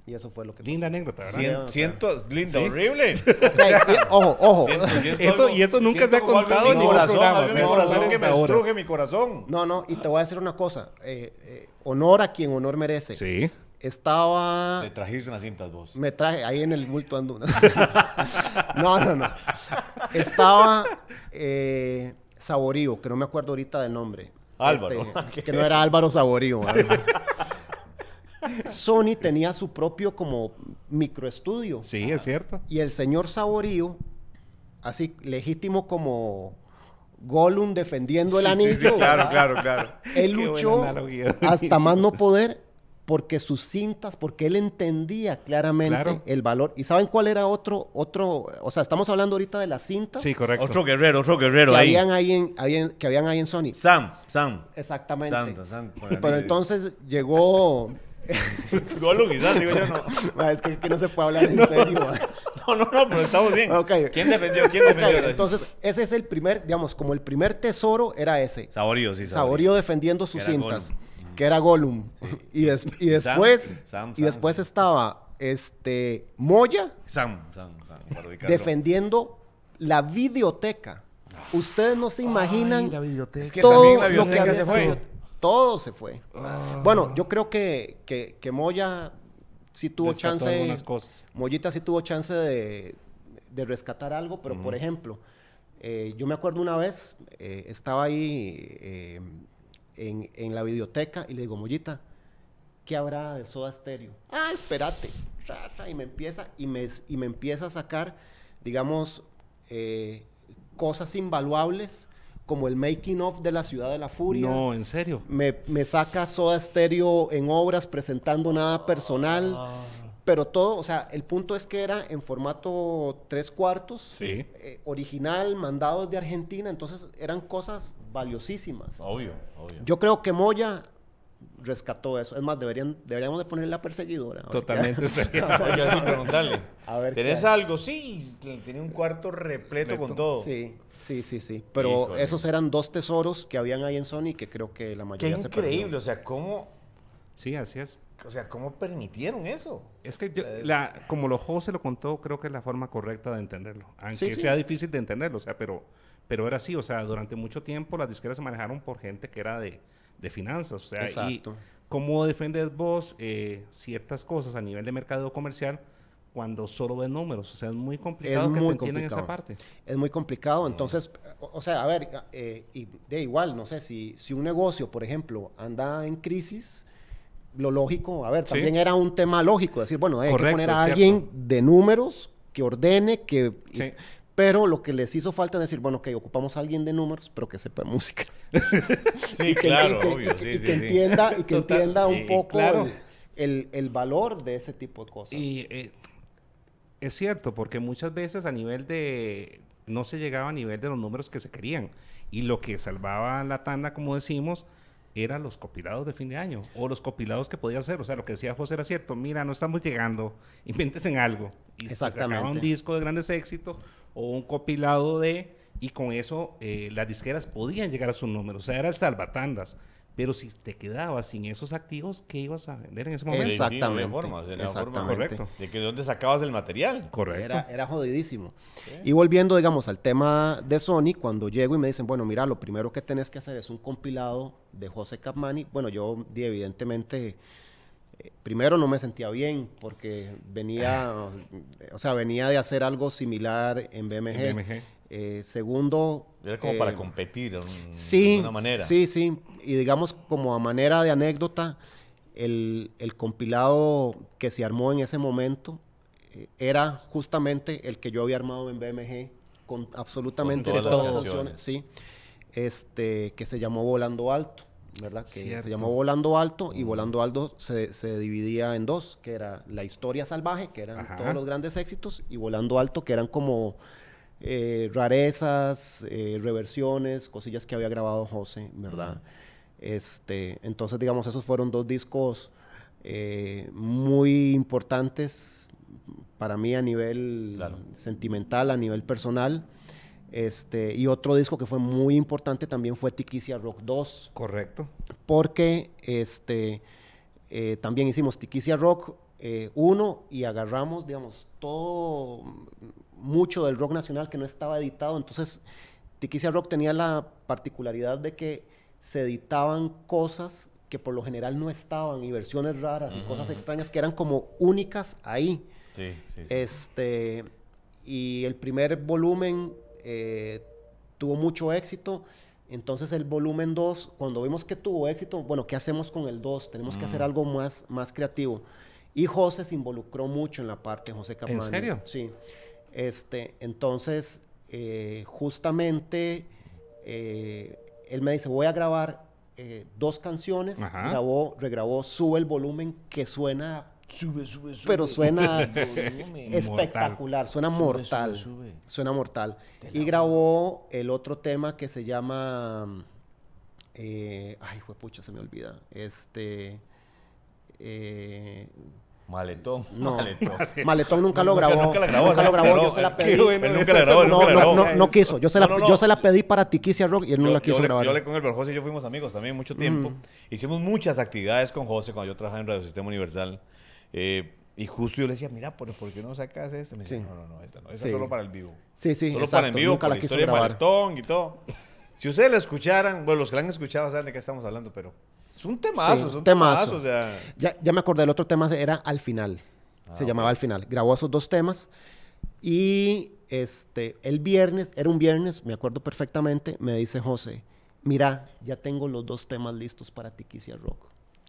Speaker 3: Y eso fue lo que
Speaker 2: Linda anécdota, ¿verdad?
Speaker 1: Sien-
Speaker 3: no, o sea.
Speaker 1: siento, linda,
Speaker 2: Sí.
Speaker 1: horrible.
Speaker 3: pasó. Ok, y- ojo, ojo.
Speaker 1: Siento- siento
Speaker 2: Eso-
Speaker 1: algo-
Speaker 2: y eso nunca se
Speaker 1: siento
Speaker 2: ha
Speaker 1: como algo
Speaker 2: contado en
Speaker 1: mi
Speaker 2: ningún
Speaker 1: corazón,
Speaker 2: programa,
Speaker 1: algo en mi
Speaker 3: ¿sí?
Speaker 1: corazón
Speaker 3: No,
Speaker 1: que me
Speaker 2: hasta ahora.
Speaker 1: estruje mi corazón.
Speaker 3: No, no, y te voy a decir una cosa. eh, eh, honor a quien honor merece.
Speaker 2: Sí.
Speaker 3: Estaba...
Speaker 1: Te trajiste unas cintas vos.
Speaker 3: Me traje ahí en el bulto ando. una. no, no, no. Estaba eh, Saborío, que no me acuerdo ahorita del nombre.
Speaker 1: Álvaro.
Speaker 3: Este, Que no era Álvaro Saborío. ¿verdad? Sony tenía su propio como microestudio.
Speaker 2: Sí, es cierto.
Speaker 3: Y el señor Saborío, así legítimo como Gollum defendiendo el
Speaker 1: Sí, sí,
Speaker 3: anillo.
Speaker 1: sí, claro,
Speaker 3: ¿verdad?
Speaker 1: claro, claro.
Speaker 3: Él
Speaker 2: Qué buena
Speaker 3: luchó
Speaker 2: analogía,
Speaker 3: hasta
Speaker 2: buenísimo.
Speaker 3: más no poder porque sus cintas, porque él entendía claramente
Speaker 2: Claro.
Speaker 3: el valor. ¿Y saben cuál era otro, otro? O sea, estamos hablando ahorita de las cintas
Speaker 2: Sí, correcto.
Speaker 1: Otro guerrero, otro guerrero
Speaker 3: que,
Speaker 1: ahí.
Speaker 3: habían ahí en, habían- que habían ahí en Sony.
Speaker 1: Sam, Sam.
Speaker 3: Exactamente.
Speaker 1: Santo, santo.
Speaker 3: Pero entonces llegó...
Speaker 1: Golo quizás, digo yo no.
Speaker 3: Ma, es que, que no se puede hablar en serio. ma.
Speaker 1: No, no, no, pero estamos bien.
Speaker 3: Ok.
Speaker 1: ¿Quién defendió? ¿Quién
Speaker 3: Ok,
Speaker 1: defendió?
Speaker 3: entonces, ese es el primer, digamos, como el primer tesoro era ese.
Speaker 1: Saborío, sí,
Speaker 3: Saborío defendiendo sus
Speaker 1: Que era
Speaker 3: cintas, que era Gollum. Y, des- y
Speaker 1: Y Sam-
Speaker 3: después,
Speaker 1: Sam, Sam,
Speaker 3: y después
Speaker 1: Sam.
Speaker 3: estaba este Moya
Speaker 1: Sam, Sam, Sam. para ubicarlo.
Speaker 3: defendiendo la videoteca. Ustedes no se imaginan
Speaker 1: Es que
Speaker 3: todo
Speaker 1: también la
Speaker 3: lo que
Speaker 1: biblioteca
Speaker 3: había Ah,
Speaker 1: se
Speaker 3: en la
Speaker 1: fue. Ah.
Speaker 3: biblioteca. Todo se fue. Bueno, yo creo que, que, que Moya sí tuvo
Speaker 2: Rescató
Speaker 3: chance.
Speaker 2: algunas cosas.
Speaker 3: Mollita sí tuvo chance de, de rescatar algo, pero por ejemplo, eh, yo me acuerdo una vez, eh, estaba ahí eh, en, en la biblioteca y le digo, Mollita, ¿qué habrá de soda estéreo? Ah, espérate. Ra, ra, y me empieza, y me, y me empieza a sacar, digamos, eh, cosas invaluables como el making of de la ciudad de la furia.
Speaker 2: No, en serio.
Speaker 3: Me, me saca Soda Stereo en obras presentando nada personal.
Speaker 1: Ah.
Speaker 3: Pero todo, o sea, el punto es que era en formato tres cuartos,
Speaker 2: Sí.
Speaker 3: eh, original, mandado de Argentina, entonces eran cosas valiosísimas.
Speaker 1: Obvio, obvio.
Speaker 3: Yo creo que Moya rescató eso. Es más, deberían, deberíamos de ponerle la perseguidora. a ver qué-
Speaker 2: Totalmente. estaría-
Speaker 1: Oiga, sí, preguntarle.
Speaker 3: A ver qué
Speaker 1: ¿Tenés
Speaker 3: hay.
Speaker 1: algo? Sí, tenía un cuarto repleto con
Speaker 2: Repleto.
Speaker 1: todo.
Speaker 3: Sí, sí, sí, sí. Pero
Speaker 1: Híjole.
Speaker 3: esos eran dos tesoros que habían ahí en Sony que creo que la
Speaker 1: Qué
Speaker 3: mayoría se perdió.
Speaker 1: increíble, o sea, ¿cómo,
Speaker 2: Sí, así es.
Speaker 1: o sea, ¿cómo permitieron eso?
Speaker 2: Es que yo, la, como lo Jo se lo contó, creo que es la forma correcta de entenderlo. Aunque
Speaker 3: Sí, sí.
Speaker 2: sea difícil de entenderlo, o sea, pero, pero era así. O sea, durante mucho tiempo las disqueras se manejaron por gente que era de, de finanzas. O sea,
Speaker 3: Exacto.
Speaker 2: y cómo defendes vos eh, ciertas cosas a nivel de mercado comercial cuando solo ves números. O sea, es muy complicado que
Speaker 3: muy
Speaker 2: te entiendan esa
Speaker 3: complicado.
Speaker 2: parte.
Speaker 3: Es muy complicado, entonces, o, o sea, a ver, eh, y de igual, no sé, si, si un negocio, por ejemplo, anda en crisis, lo lógico, a ver,
Speaker 2: Sí.
Speaker 3: también era un tema lógico, decir, bueno, hay que
Speaker 2: Correcto,
Speaker 3: poner a
Speaker 2: es
Speaker 3: alguien de números que ordene, que... y-
Speaker 2: Sí.
Speaker 3: pero lo que les hizo falta es decir, bueno, que ocupamos a alguien de números, pero que sepa música.
Speaker 1: Sí,
Speaker 3: Y que- y que- y que- y que entienda, y que entienda
Speaker 2: Y-
Speaker 3: un
Speaker 2: y
Speaker 3: poco
Speaker 2: claro.
Speaker 3: el, el- el valor de ese tipo de cosas.
Speaker 2: Y eh, es cierto, porque muchas veces a nivel de... No se llegaba a nivel de los números que se querían. Y lo que salvaba la tanda, como decimos, eran los copilados de fin de año. O los copilados que podía hacer. O sea, lo que decía José era cierto. Mira, no estamos llegando. Inventes en algo. Y se sacaba un
Speaker 3: Exactamente.
Speaker 2: disco de grandes éxitos o un copilado de... Y con eso eh, las disqueras podían llegar a sus números. O sea, era el salvatandas. Pero si te quedabas sin esos activos, ¿qué ibas a vender en ese momento?
Speaker 1: Sí, sí, no había
Speaker 3: Exactamente,
Speaker 1: forma, o sea, la forma
Speaker 3: exactamente.
Speaker 2: Correcto.
Speaker 1: De que de dónde sacabas el material.
Speaker 2: Correcto.
Speaker 3: Era, era jodidísimo. Y volviendo, digamos, al tema de Sony, cuando llego y me dicen, bueno, mira, lo primero que tenés que hacer es un compilado de José Capmani. Bueno, yo di evidentemente, eh, primero no me sentía bien porque venía, o sea, venía de hacer algo similar en BMG.
Speaker 2: En BMG.
Speaker 3: Eh, segundo...
Speaker 1: Era como
Speaker 3: eh,
Speaker 1: para competir en- de
Speaker 3: Sí,
Speaker 1: alguna manera.
Speaker 3: sí, sí. Y digamos, como a manera de anécdota, el, el compilado que se armó en ese momento eh, era justamente el que yo había armado en BMG con absolutamente
Speaker 1: Con
Speaker 3: todas,
Speaker 1: todas
Speaker 3: las
Speaker 1: las
Speaker 3: canciones, sí, este, que se llamó Volando Alto. ¿verdad? Que
Speaker 2: Cierto.
Speaker 3: se llamó Volando Alto y Volando Alto se, se dividía en dos, que era La Historia Salvaje, que eran
Speaker 2: Ajá.
Speaker 3: todos los grandes éxitos, y Volando Alto, que eran como eh, rarezas, eh, reversiones, cosillas que había grabado José, ¿verdad? Este, entonces, digamos, esos fueron dos discos eh, muy importantes para mí a nivel
Speaker 1: Claro.
Speaker 3: sentimental, a nivel personal. Este, y otro disco que fue muy importante también fue Tiquicia Rock 2
Speaker 2: Correcto.
Speaker 3: porque este, eh, también hicimos Tiquicia Rock 1 y agarramos, digamos, todo, mm, mucho del rock nacional que no estaba editado. Entonces, Tiquicia Rock tenía la particularidad de que se editaban cosas que por lo general no estaban y versiones raras y cosas extrañas que eran como únicas ahí.
Speaker 1: Sí, sí, sí.
Speaker 3: Este, y el primer volumen eh, tuvo mucho éxito. Entonces el volumen 2, cuando vimos que tuvo éxito, bueno, ¿qué hacemos con el 2? Tenemos que
Speaker 2: Mm.
Speaker 3: hacer algo más, más creativo. Y José se involucró mucho en la parte, José Capani.
Speaker 2: serio?
Speaker 3: Sí. Este, entonces, eh, justamente, eh, él me dice, voy a grabar eh, dos canciones.
Speaker 2: Ajá.
Speaker 3: Grabó, regrabó, sube el volumen que suena
Speaker 1: Sube, sube, sube.
Speaker 3: pero suena
Speaker 1: Volumen.
Speaker 3: espectacular, suena
Speaker 1: Sube, sube,
Speaker 3: mortal.
Speaker 1: sube.
Speaker 3: Suena mortal. Y grabó el otro tema que se llama. eh, ay, fue pucha, se me olvida. Este. eh,
Speaker 1: Maletón.
Speaker 3: no,
Speaker 1: Maletón.
Speaker 3: Maletón nunca lo
Speaker 1: Nunca-
Speaker 3: grabó.
Speaker 1: nunca la grabó,
Speaker 3: nunca lo
Speaker 1: nunca
Speaker 3: grabó,
Speaker 1: grabó.
Speaker 3: yo se la
Speaker 1: Qué
Speaker 3: pedí.
Speaker 2: bueno,
Speaker 1: Él nunca
Speaker 2: ese
Speaker 1: la
Speaker 2: es
Speaker 1: grabó,
Speaker 2: el-
Speaker 1: él
Speaker 3: No,
Speaker 1: nunca la
Speaker 3: no,
Speaker 1: grabó.
Speaker 3: no, no quiso. Yo se la,
Speaker 1: No, no,
Speaker 3: yo
Speaker 1: no.
Speaker 3: se la pedí para Tiquicia Rock y él no
Speaker 1: Yo-
Speaker 3: la
Speaker 1: yo
Speaker 3: quiso
Speaker 1: le-
Speaker 3: grabar. Mm.
Speaker 1: Yo le con el José y yo fuimos amigos también mucho tiempo. Hicimos muchas actividades con José cuando yo trabajaba en Radio Sistema Universal. Eh, y justo yo le decía, mira, pero ¿por qué no sacas esta? Me dice,
Speaker 3: Sí.
Speaker 1: no, no, no, esta no, esta
Speaker 3: Sí.
Speaker 1: es solo para el vivo.
Speaker 3: Sí, sí,
Speaker 1: solo para el
Speaker 3: exacto,
Speaker 1: vivo,
Speaker 3: nunca
Speaker 1: con
Speaker 3: la
Speaker 1: la
Speaker 3: quiso
Speaker 1: historia de
Speaker 3: grabar.
Speaker 1: Maratón y todo. Si ustedes la escucharan, bueno, los que la han escuchado saben de qué estamos hablando, pero es un temazo,
Speaker 3: Sí,
Speaker 1: es un
Speaker 3: temazo.
Speaker 1: temazo. o sea,
Speaker 3: Ya, ya me acordé, el otro tema era Al Final.
Speaker 1: Ah,
Speaker 3: se llamaba Al Final. Grabó esos dos temas. Y este, el viernes, era un viernes, me acuerdo perfectamente, me dice José, mira, ya tengo los dos temas listos para Tiquicia Rock.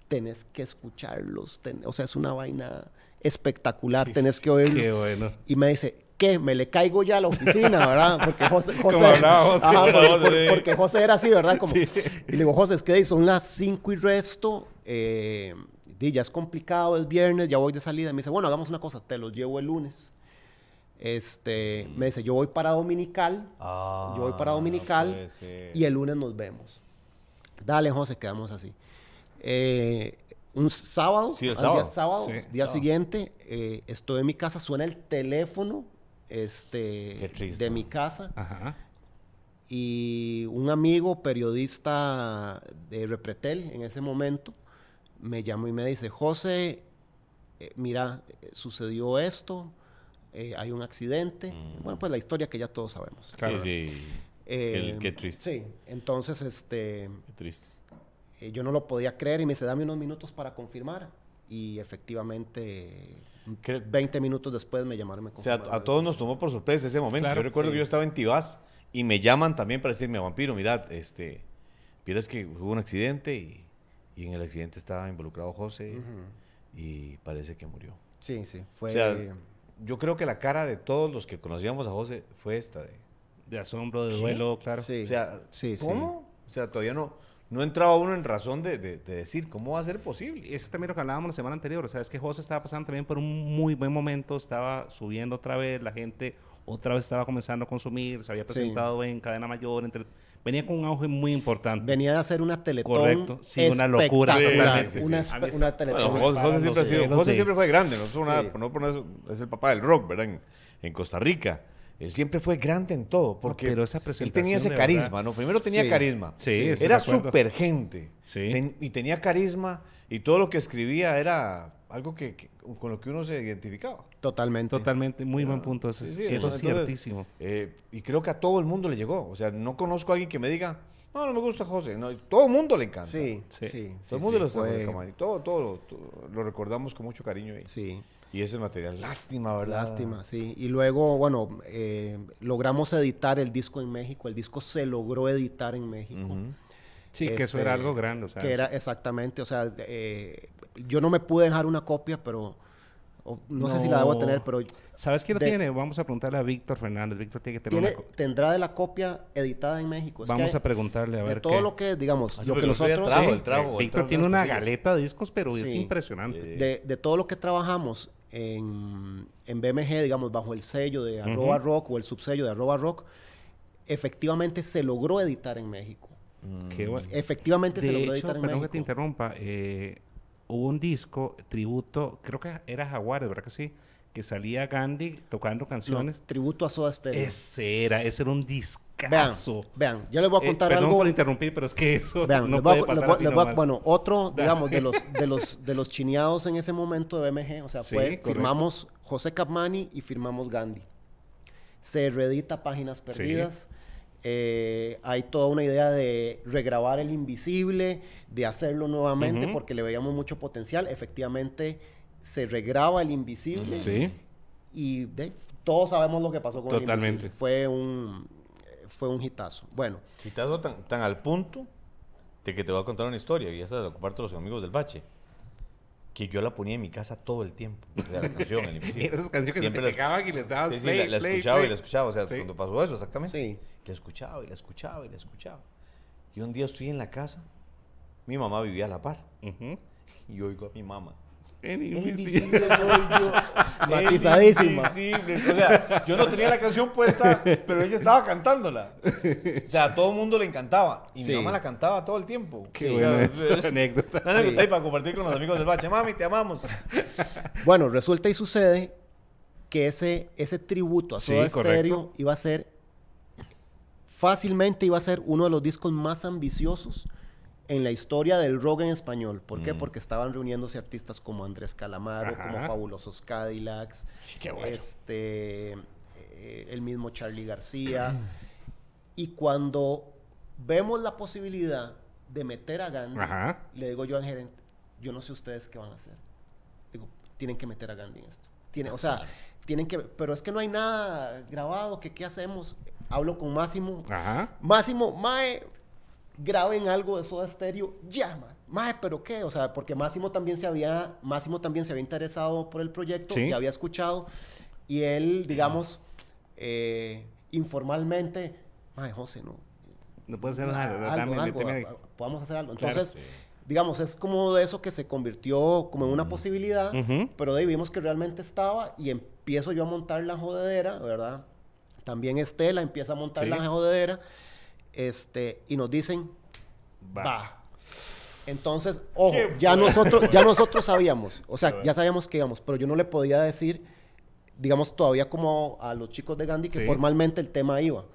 Speaker 3: Tenés que escucharlos. ten- o sea, es una vaina espectacular.
Speaker 1: Sí, sí,
Speaker 3: tenés
Speaker 1: sí.
Speaker 3: que oírlo.
Speaker 2: Qué bueno.
Speaker 3: Y me dice, ¿qué? Me le caigo ya a la oficina, ¿verdad? Porque José... José
Speaker 2: Como hablábamos,
Speaker 3: Ajá,
Speaker 1: como
Speaker 3: por-
Speaker 1: hablábamos,
Speaker 3: por-
Speaker 1: sí.
Speaker 3: porque José era así, ¿verdad? Como, Y le digo, José, es que di, son las 5 y resto. eh, di, ya es complicado, es viernes, ya voy de salida. Me dice, bueno, hagamos una cosa, te los llevo el lunes. Este, me dice, yo voy para Dominical
Speaker 1: ah,
Speaker 3: Yo voy para
Speaker 1: no
Speaker 3: Dominical
Speaker 1: puede ser.
Speaker 3: y el lunes nos vemos. Dale, José, quedamos así. Eh, un sábado,
Speaker 1: Sí, el
Speaker 3: al
Speaker 1: sábado.
Speaker 3: día, sábado,
Speaker 2: Sí,
Speaker 3: día
Speaker 1: sábado.
Speaker 3: siguiente, eh, estoy en mi casa, suena el teléfono este,
Speaker 1: Qué triste.
Speaker 3: de mi casa
Speaker 2: Ajá.
Speaker 3: y un amigo periodista de Repretel en ese momento me llamó y me dice, José, eh, mira, eh, sucedió esto, eh, hay un accidente.
Speaker 1: Mm.
Speaker 3: Bueno, pues la historia que ya todos sabemos.
Speaker 2: Claro.
Speaker 1: Sí, sí,
Speaker 3: Eh,
Speaker 1: qué triste.
Speaker 3: Sí, entonces este,
Speaker 1: qué triste.
Speaker 3: eh, yo no lo podía creer y me dice, dame unos minutos para confirmar. Y efectivamente,
Speaker 1: Creo-
Speaker 3: 20 minutos después me llamaron. y me
Speaker 1: O sea,
Speaker 3: confirmaron
Speaker 1: a
Speaker 3: el-
Speaker 1: todos nos tomó por sorpresa ese momento.
Speaker 2: Claro,
Speaker 1: yo recuerdo
Speaker 3: sí.
Speaker 1: que yo estaba en Tibás y me llaman también para decirme, vampiro, mirad, este, vieras que hubo un accidente y, y en el accidente estaba involucrado José
Speaker 3: Ujú.
Speaker 1: y parece que murió.
Speaker 3: Sí, sí, fue...
Speaker 1: O sea, yo creo que la cara de todos los que conocíamos a José fue esta. De,
Speaker 2: De asombro, de duelo, claro.
Speaker 3: sí,
Speaker 1: o sea,
Speaker 3: sí, sí.
Speaker 1: ¿cómo? O sea, todavía no, no entraba uno en razón de, de- de decir, ¿cómo va a ser posible?
Speaker 2: Eso también lo que hablábamos la semana anterior. O sea, es que José estaba pasando también por un muy buen momento. Estaba subiendo otra vez. La gente otra vez estaba comenzando a consumir. Se había
Speaker 3: Sí.
Speaker 2: presentado en cadena mayor. entre- Venía con un auge muy importante.
Speaker 3: Venía de hacer una teletón.
Speaker 2: Correcto, sí, una locura,
Speaker 3: espectacular,
Speaker 1: totalmente, sí.
Speaker 3: Una,
Speaker 2: A mí
Speaker 3: espe-
Speaker 2: está-
Speaker 3: una teletón.
Speaker 1: Bueno,
Speaker 2: Entonces,
Speaker 1: José,
Speaker 2: para
Speaker 1: José siempre, ha
Speaker 2: los
Speaker 1: sido,
Speaker 2: cerebros
Speaker 1: José
Speaker 2: de-
Speaker 1: siempre fue grande, no, fue una-
Speaker 3: Sí.
Speaker 1: no por eso es el papá del rock, ¿verdad? En, en Costa Rica. Él siempre fue grande en todo, porque
Speaker 2: pero esa
Speaker 1: él tenía
Speaker 2: presentación,
Speaker 1: ese
Speaker 2: de
Speaker 1: carisma,
Speaker 2: verdad.
Speaker 1: ¿no? Primero tenía
Speaker 3: Sí.
Speaker 1: carisma.
Speaker 2: Sí, estoy de
Speaker 1: Era
Speaker 2: acuerdo.
Speaker 1: súper gente.
Speaker 2: Sí.
Speaker 1: y tenía carisma y todo lo que escribía era algo que, que- con lo que uno se identificaba.
Speaker 3: Totalmente.
Speaker 2: Totalmente, muy
Speaker 3: Ah.
Speaker 2: buen punto. Eso,
Speaker 1: Sí,
Speaker 2: es-
Speaker 1: sí,
Speaker 2: eso es
Speaker 1: entonces,
Speaker 2: ciertísimo.
Speaker 1: eh, y creo que a todo el mundo le llegó. O sea, no conozco a alguien que me diga, no, no me gusta José. No, todo el mundo le encanta.
Speaker 3: Sí,
Speaker 2: Sí.
Speaker 3: sí. sí,
Speaker 1: Todo el mundo
Speaker 3: sí,
Speaker 1: le gusta
Speaker 3: fue-
Speaker 1: José Camargo. Todo, todo, lo- todo lo recordamos con mucho cariño. Y,
Speaker 3: Sí,
Speaker 1: y ese material, lástima, ¿verdad?
Speaker 3: lástima, sí. Y luego, bueno, eh, logramos editar el disco en México. El disco se logró editar en México.
Speaker 1: Ujú.
Speaker 2: Sí, que eso
Speaker 3: Este,
Speaker 2: era algo grande. O sea,
Speaker 3: que era exactamente, o sea, eh, yo no me pude dejar una copia, pero O- no, sé si la debo tener, pero
Speaker 2: ¿Sabes quién lo
Speaker 3: de-
Speaker 2: tiene? Vamos a preguntarle a Víctor Fernández. Víctor tiene que tener
Speaker 3: tiene-
Speaker 2: una co-
Speaker 3: tendrá de la copia editada en México. Es que
Speaker 2: Vamos
Speaker 3: hay-
Speaker 2: a preguntarle a
Speaker 3: de
Speaker 2: ver
Speaker 3: todo
Speaker 2: qué.
Speaker 3: lo que, digamos,
Speaker 1: Ah, sí,
Speaker 3: lo que
Speaker 1: porque usted ya
Speaker 3: nosotros...
Speaker 1: trajo
Speaker 2: Sí,
Speaker 1: el trago, el
Speaker 2: Víctor
Speaker 1: trago
Speaker 2: tiene
Speaker 1: de
Speaker 2: una
Speaker 1: cosillas.
Speaker 2: galeta de discos, pero es
Speaker 3: Sí.
Speaker 2: impresionante.
Speaker 1: Eh,
Speaker 3: de, de todo lo que trabajamos en, en BMG, digamos, bajo el sello de arroba
Speaker 2: Ujú.
Speaker 3: rock o el subsello de arroba rock, efectivamente se logró editar en México.
Speaker 2: Qué bueno.
Speaker 3: Efectivamente Mm. se
Speaker 2: De
Speaker 3: logró
Speaker 2: hecho,
Speaker 3: editar en
Speaker 2: perdón que te
Speaker 3: México.
Speaker 2: interrumpa, eh, hubo un disco tributo, creo que era Jaguares, ¿verdad que sí? Que salía Gandhi tocando
Speaker 3: No,
Speaker 2: canciones.
Speaker 3: tributo a Soda Stereo.
Speaker 2: Ese era, ese era un
Speaker 3: vean,
Speaker 2: discazo.
Speaker 3: vean, yo les voy a
Speaker 2: Eh,
Speaker 3: contar
Speaker 2: perdón
Speaker 3: algo.
Speaker 2: por interrumpir, pero es que eso
Speaker 3: Vean,
Speaker 2: no
Speaker 3: les voy a-
Speaker 2: puede pasar
Speaker 3: les voy-
Speaker 2: así
Speaker 3: les voy a-
Speaker 2: nomás.
Speaker 3: bueno, otro,
Speaker 2: Da.
Speaker 3: digamos, de los, de los, de los chineados en ese momento de BMG, o sea,
Speaker 2: Sí,
Speaker 3: fue,
Speaker 2: correcto.
Speaker 3: firmamos José Capmani y firmamos Gandhi. Se reedita Páginas Perdidas. eh, hay toda una idea de regrabar el invisible, de hacerlo nuevamente,
Speaker 2: Ujú.
Speaker 3: porque le veíamos mucho potencial. Efectivamente, se regraba el invisible.
Speaker 2: Sí,
Speaker 3: Y de- todos sabemos lo que pasó con
Speaker 2: Totalmente.
Speaker 3: el Invisible. Fue un, fue un hitazo. Bueno,
Speaker 1: Quitazo tan, tan al punto de que te voy a contar una historia, y esa la comparto a los amigos del bache, que yo la ponía en mi casa todo el tiempo, de la canción, el invisible.
Speaker 2: Esas canciones que se
Speaker 1: Siempre
Speaker 2: te
Speaker 1: la escu-
Speaker 2: pegaban y les dabas
Speaker 1: Sí, sí,
Speaker 2: play,
Speaker 1: la, la
Speaker 2: play,
Speaker 1: escuchaba
Speaker 2: play.
Speaker 1: y la escuchaba, o sea,
Speaker 2: Sí.
Speaker 1: cuando pasó eso, exactamente.
Speaker 3: Sí.
Speaker 1: La escuchaba y la escuchaba y la escuchaba. Y un día estoy en la casa, mi mamá vivía a la par,
Speaker 2: Ujú.
Speaker 1: y oigo a mi mamá.
Speaker 2: El
Speaker 1: El
Speaker 2: invisible.
Speaker 1: invisible soy yo.
Speaker 3: Matizadísima.
Speaker 1: El invisible. O sea, yo no tenía la canción puesta, pero ella estaba cantándola. O sea, a todo el mundo le encantaba. Y
Speaker 3: Sí.
Speaker 1: mi mamá la cantaba todo el tiempo.
Speaker 2: Qué
Speaker 1: O sea,
Speaker 2: buena
Speaker 1: es- es-
Speaker 2: esa anécdota.
Speaker 1: una anécdota ahí para compartir con los amigos del bache. Mami, te amamos.
Speaker 3: Bueno, resulta y sucede que ese, ese tributo a
Speaker 2: Sí,
Speaker 3: Soda
Speaker 2: correcto.
Speaker 3: Stereo iba a ser fácilmente iba a ser uno de los discos más ambiciosos en la historia del rock en español. ¿Por qué?
Speaker 1: Mm.
Speaker 3: Porque estaban reuniéndose artistas como Andrés Calamaro, como
Speaker 2: Ajá.
Speaker 3: Fabulosos Cadillacs,
Speaker 1: Qué bueno.
Speaker 3: este, eh, el mismo Charlie García. y cuando vemos la posibilidad de meter a Gandhi,
Speaker 2: Ajá.
Speaker 3: le digo yo al gerente, yo no sé ustedes qué van a hacer. Digo, tienen que meter a Gandhi en esto. Tiene, o sea, tienen que, pero es que no hay nada grabado, que qué hacemos. Hablo con Máximo.
Speaker 2: Ajá.
Speaker 3: Máximo, Mae, graben algo de Soda Stereo, llama. Mae, pero qué, o sea, porque Máximo también se había, Máximo también se había interesado por el proyecto
Speaker 2: Sí.
Speaker 3: y había escuchado y él, digamos, eh, informalmente, Mae, José, no,
Speaker 2: No puede ser nada.
Speaker 3: Ah,
Speaker 2: dame,
Speaker 3: algo, algo,
Speaker 2: méteme ahí.
Speaker 3: ah, ah, podamos hacer algo.
Speaker 2: Claro.
Speaker 3: Entonces, digamos, es como de eso que se convirtió como en una posibilidad,
Speaker 2: Ujú.
Speaker 3: pero de ahí vimos que realmente estaba y empiezo yo a montar la jodedera, ¿verdad? También Estela empieza a montar
Speaker 2: Sí.
Speaker 3: la jodedera este, y nos dicen,
Speaker 2: Va.
Speaker 3: va. Entonces, ojo, ya nosotros, ya nosotros sabíamos, o sea, ya sabíamos que íbamos, pero yo no le podía decir, digamos, todavía como a los chicos de Gandhi que
Speaker 2: Sí.
Speaker 3: formalmente el tema iba.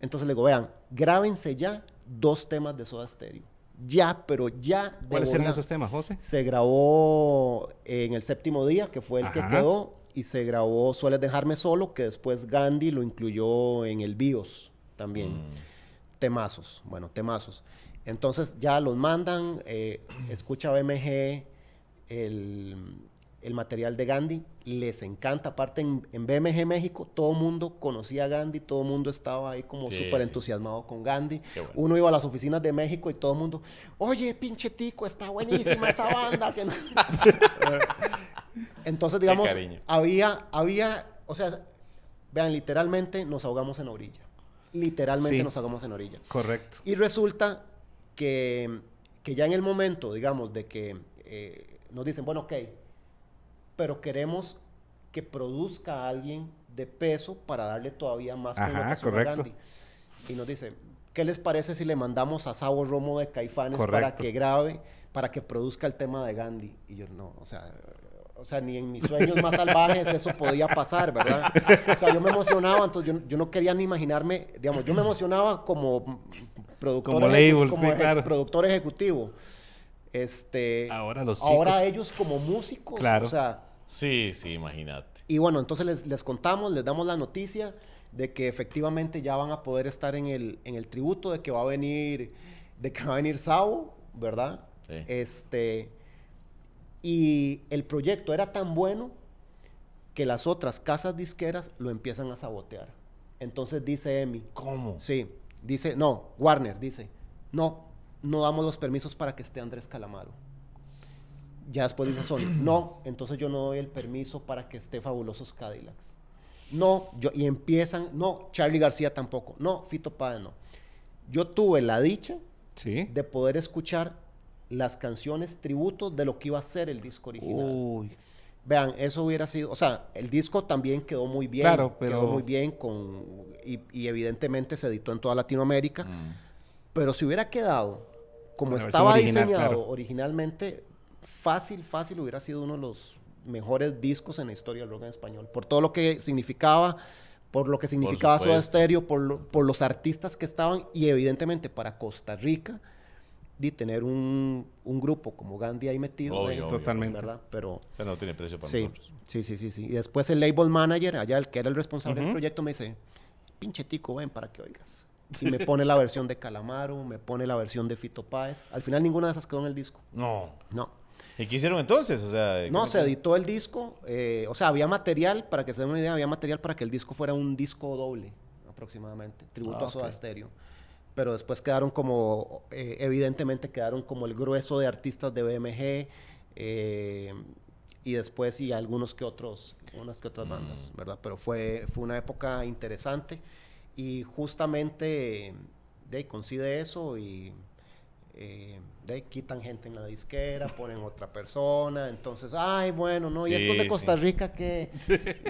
Speaker 3: Entonces le digo, vean, grábense ya dos temas de Soda Stereo. Ya, pero ya. de
Speaker 2: ¿Cuáles eran
Speaker 3: volada.
Speaker 2: esos temas, José?
Speaker 3: Se grabó en el séptimo día, que fue el que
Speaker 2: Ajá.
Speaker 3: quedó, y se grabó Sueles dejarme solo, que después Gandhi lo incluyó en el BIOS también
Speaker 2: Mm.
Speaker 3: temazos, bueno, temazos. Entonces ya los mandan, eh, escucha BMG el, el material de Gandhi, les encanta, aparte en, en BMG México todo mundo conocía a Gandhi, todo mundo estaba ahí como
Speaker 1: Sí,
Speaker 3: súper
Speaker 1: sí.
Speaker 3: entusiasmado con Gandhi.
Speaker 1: Qué bueno.
Speaker 3: Uno iba a las oficinas de México y todo el mundo, oye, pinche tico, está buenísima esa banda. que no-". Entonces, digamos,
Speaker 1: cariño.
Speaker 3: había, había, o sea, vean, literalmente nos ahogamos en la orilla. Literalmente
Speaker 2: Sí.
Speaker 3: nos ahogamos en la orilla.
Speaker 2: Correcto.
Speaker 3: Y resulta que, que ya en el momento, digamos, de que eh, nos dicen, bueno, ok, pero queremos que produzca a alguien de peso para darle todavía más
Speaker 2: Ajá,
Speaker 3: connotación a
Speaker 2: correcto.
Speaker 3: Gandhi. Y nos dice, ¿qué les parece si le mandamos a Sabo Romo de Caifanes para
Speaker 2: Correcto.
Speaker 3: que grabe, para que produzca el tema de Gandhi? Y yo, no, o sea... O sea, ni en mis sueños más salvajes eso podía pasar, ¿verdad? O sea, yo me emocionaba, entonces yo, yo no quería ni imaginarme, digamos, yo me emocionaba como productor,
Speaker 2: Como
Speaker 3: ejecu-
Speaker 2: label,
Speaker 3: como
Speaker 2: sí,
Speaker 3: eje-
Speaker 2: claro.
Speaker 3: productor ejecutivo. Este,
Speaker 2: Ahora los
Speaker 3: ahora
Speaker 2: chicos.
Speaker 3: ellos como músicos,
Speaker 2: Claro.
Speaker 3: o sea,
Speaker 1: Sí, sí, imagínate.
Speaker 3: y bueno, entonces les, les contamos, les damos la noticia de que efectivamente ya van a poder estar en el, en el tributo, de que va a venir, de que va a venir Sao, ¿verdad?
Speaker 1: Sí.
Speaker 3: Este, y el proyecto era tan bueno que las otras casas disqueras lo empiezan a sabotear. Entonces dice Emi,
Speaker 1: ¿Cómo?
Speaker 3: Sí, dice, no, Warner dice, no, no damos los permisos para que esté Andrés Calamaro. Ya después dice Sony, no, entonces yo no doy el permiso para que esté Fabulosos Cadillacs. No, yo, y empiezan, no, Charlie García tampoco, no, Fito Páez no. Yo tuve la dicha
Speaker 2: Sí.
Speaker 3: de poder escuchar las canciones tributos de lo que iba a ser el disco original.
Speaker 2: Uy,
Speaker 3: Vean, eso hubiera sido, o sea, el disco también quedó muy bien,
Speaker 2: Claro, pero-
Speaker 3: quedó muy bien con y, y evidentemente se editó en toda Latinoamérica, pero si hubiera quedado
Speaker 2: Mm.
Speaker 3: como
Speaker 2: Con la versión
Speaker 3: estaba
Speaker 2: original,
Speaker 3: diseñado
Speaker 2: claro.
Speaker 3: originalmente, fácil, fácil hubiera sido uno de los mejores discos en la historia del rock en español, por todo lo que significaba, por lo que significaba Soda
Speaker 1: supuesto.
Speaker 3: Stereo, por, lo- por los artistas que estaban y evidentemente para Costa Rica de tener un, un grupo como Gandhi ahí metido,
Speaker 1: Obvio,
Speaker 3: eh,
Speaker 1: obvio.
Speaker 2: Totalmente.
Speaker 3: ¿verdad? Pero
Speaker 1: O sea, no tiene precio para
Speaker 3: Sí,
Speaker 1: nosotros.
Speaker 3: sí, sí, sí, sí. Y después el label manager, allá el que era el responsable del
Speaker 2: Ujú.
Speaker 3: proyecto, me dice, pinche tico, ven para que oigas. Y me pone la versión de Calamaro, me pone la versión de Fito Páez. Al final ninguna de esas quedó en el disco.
Speaker 1: No.
Speaker 3: No.
Speaker 1: ¿Y qué hicieron entonces? O sea,
Speaker 3: No,
Speaker 1: ¿cómo-
Speaker 3: se editó el disco. eh, o sea, había material, para que se den una idea, había material para que el disco fuera un disco doble, aproximadamente. Tributo
Speaker 1: Ah,
Speaker 3: a Soda
Speaker 1: ok.
Speaker 3: Stereo. Pero después quedaron como, eh, evidentemente quedaron como el grueso de artistas de BMG. eh, y después, y algunos que otros, unas que
Speaker 1: Mm.
Speaker 3: otras bandas, ¿verdad? Pero fue, fue una época interesante. Y justamente, eh, de ahí, coincide eso y eh, de ahí quitan gente en la disquera, ponen otra persona, entonces, ay, bueno, no, y esto
Speaker 1: Sí,
Speaker 3: de Costa
Speaker 1: sí.
Speaker 3: Rica que...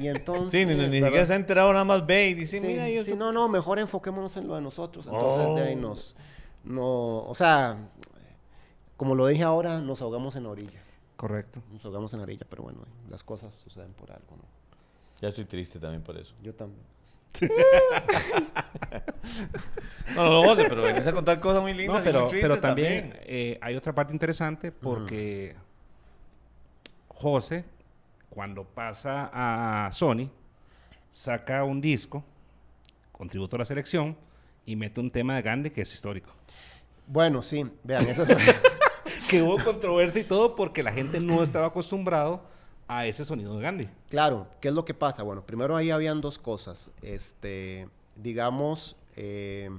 Speaker 3: Y entonces...
Speaker 1: Sí, ni, ni
Speaker 3: ¿verdad?
Speaker 1: siquiera se ha enterado, nada más ve y dice,
Speaker 3: Oh, Sí,
Speaker 1: mira, y
Speaker 3: sí,
Speaker 1: esto-
Speaker 3: no, no, mejor enfoquémonos en lo de nosotros, entonces de ahí
Speaker 1: Oh.
Speaker 3: nos... No, o sea, como lo dije ahora, nos ahogamos en la orilla,
Speaker 2: correcto.
Speaker 3: nos ahogamos en la orilla, pero bueno, las cosas suceden por algo, ¿no?
Speaker 1: Ya estoy triste también por eso.
Speaker 3: Yo también.
Speaker 1: No, no, no, José, pero venís a contar cosas muy lindas
Speaker 2: No,
Speaker 1: y
Speaker 2: pero,
Speaker 1: muy tristes
Speaker 2: pero también, eh, hay otra parte interesante porque José, cuando pasa a Sony, saca un disco, contributo a la selección y mete un tema de Gandhi que es histórico.
Speaker 3: Bueno, sí, vean, eso es...
Speaker 2: Que hubo controversia y todo porque la gente no estaba acostumbrado a ese sonido de Gandhi.
Speaker 3: Claro, ¿qué es lo que pasa? Bueno, primero ahí habían dos cosas. Este, digamos, eh,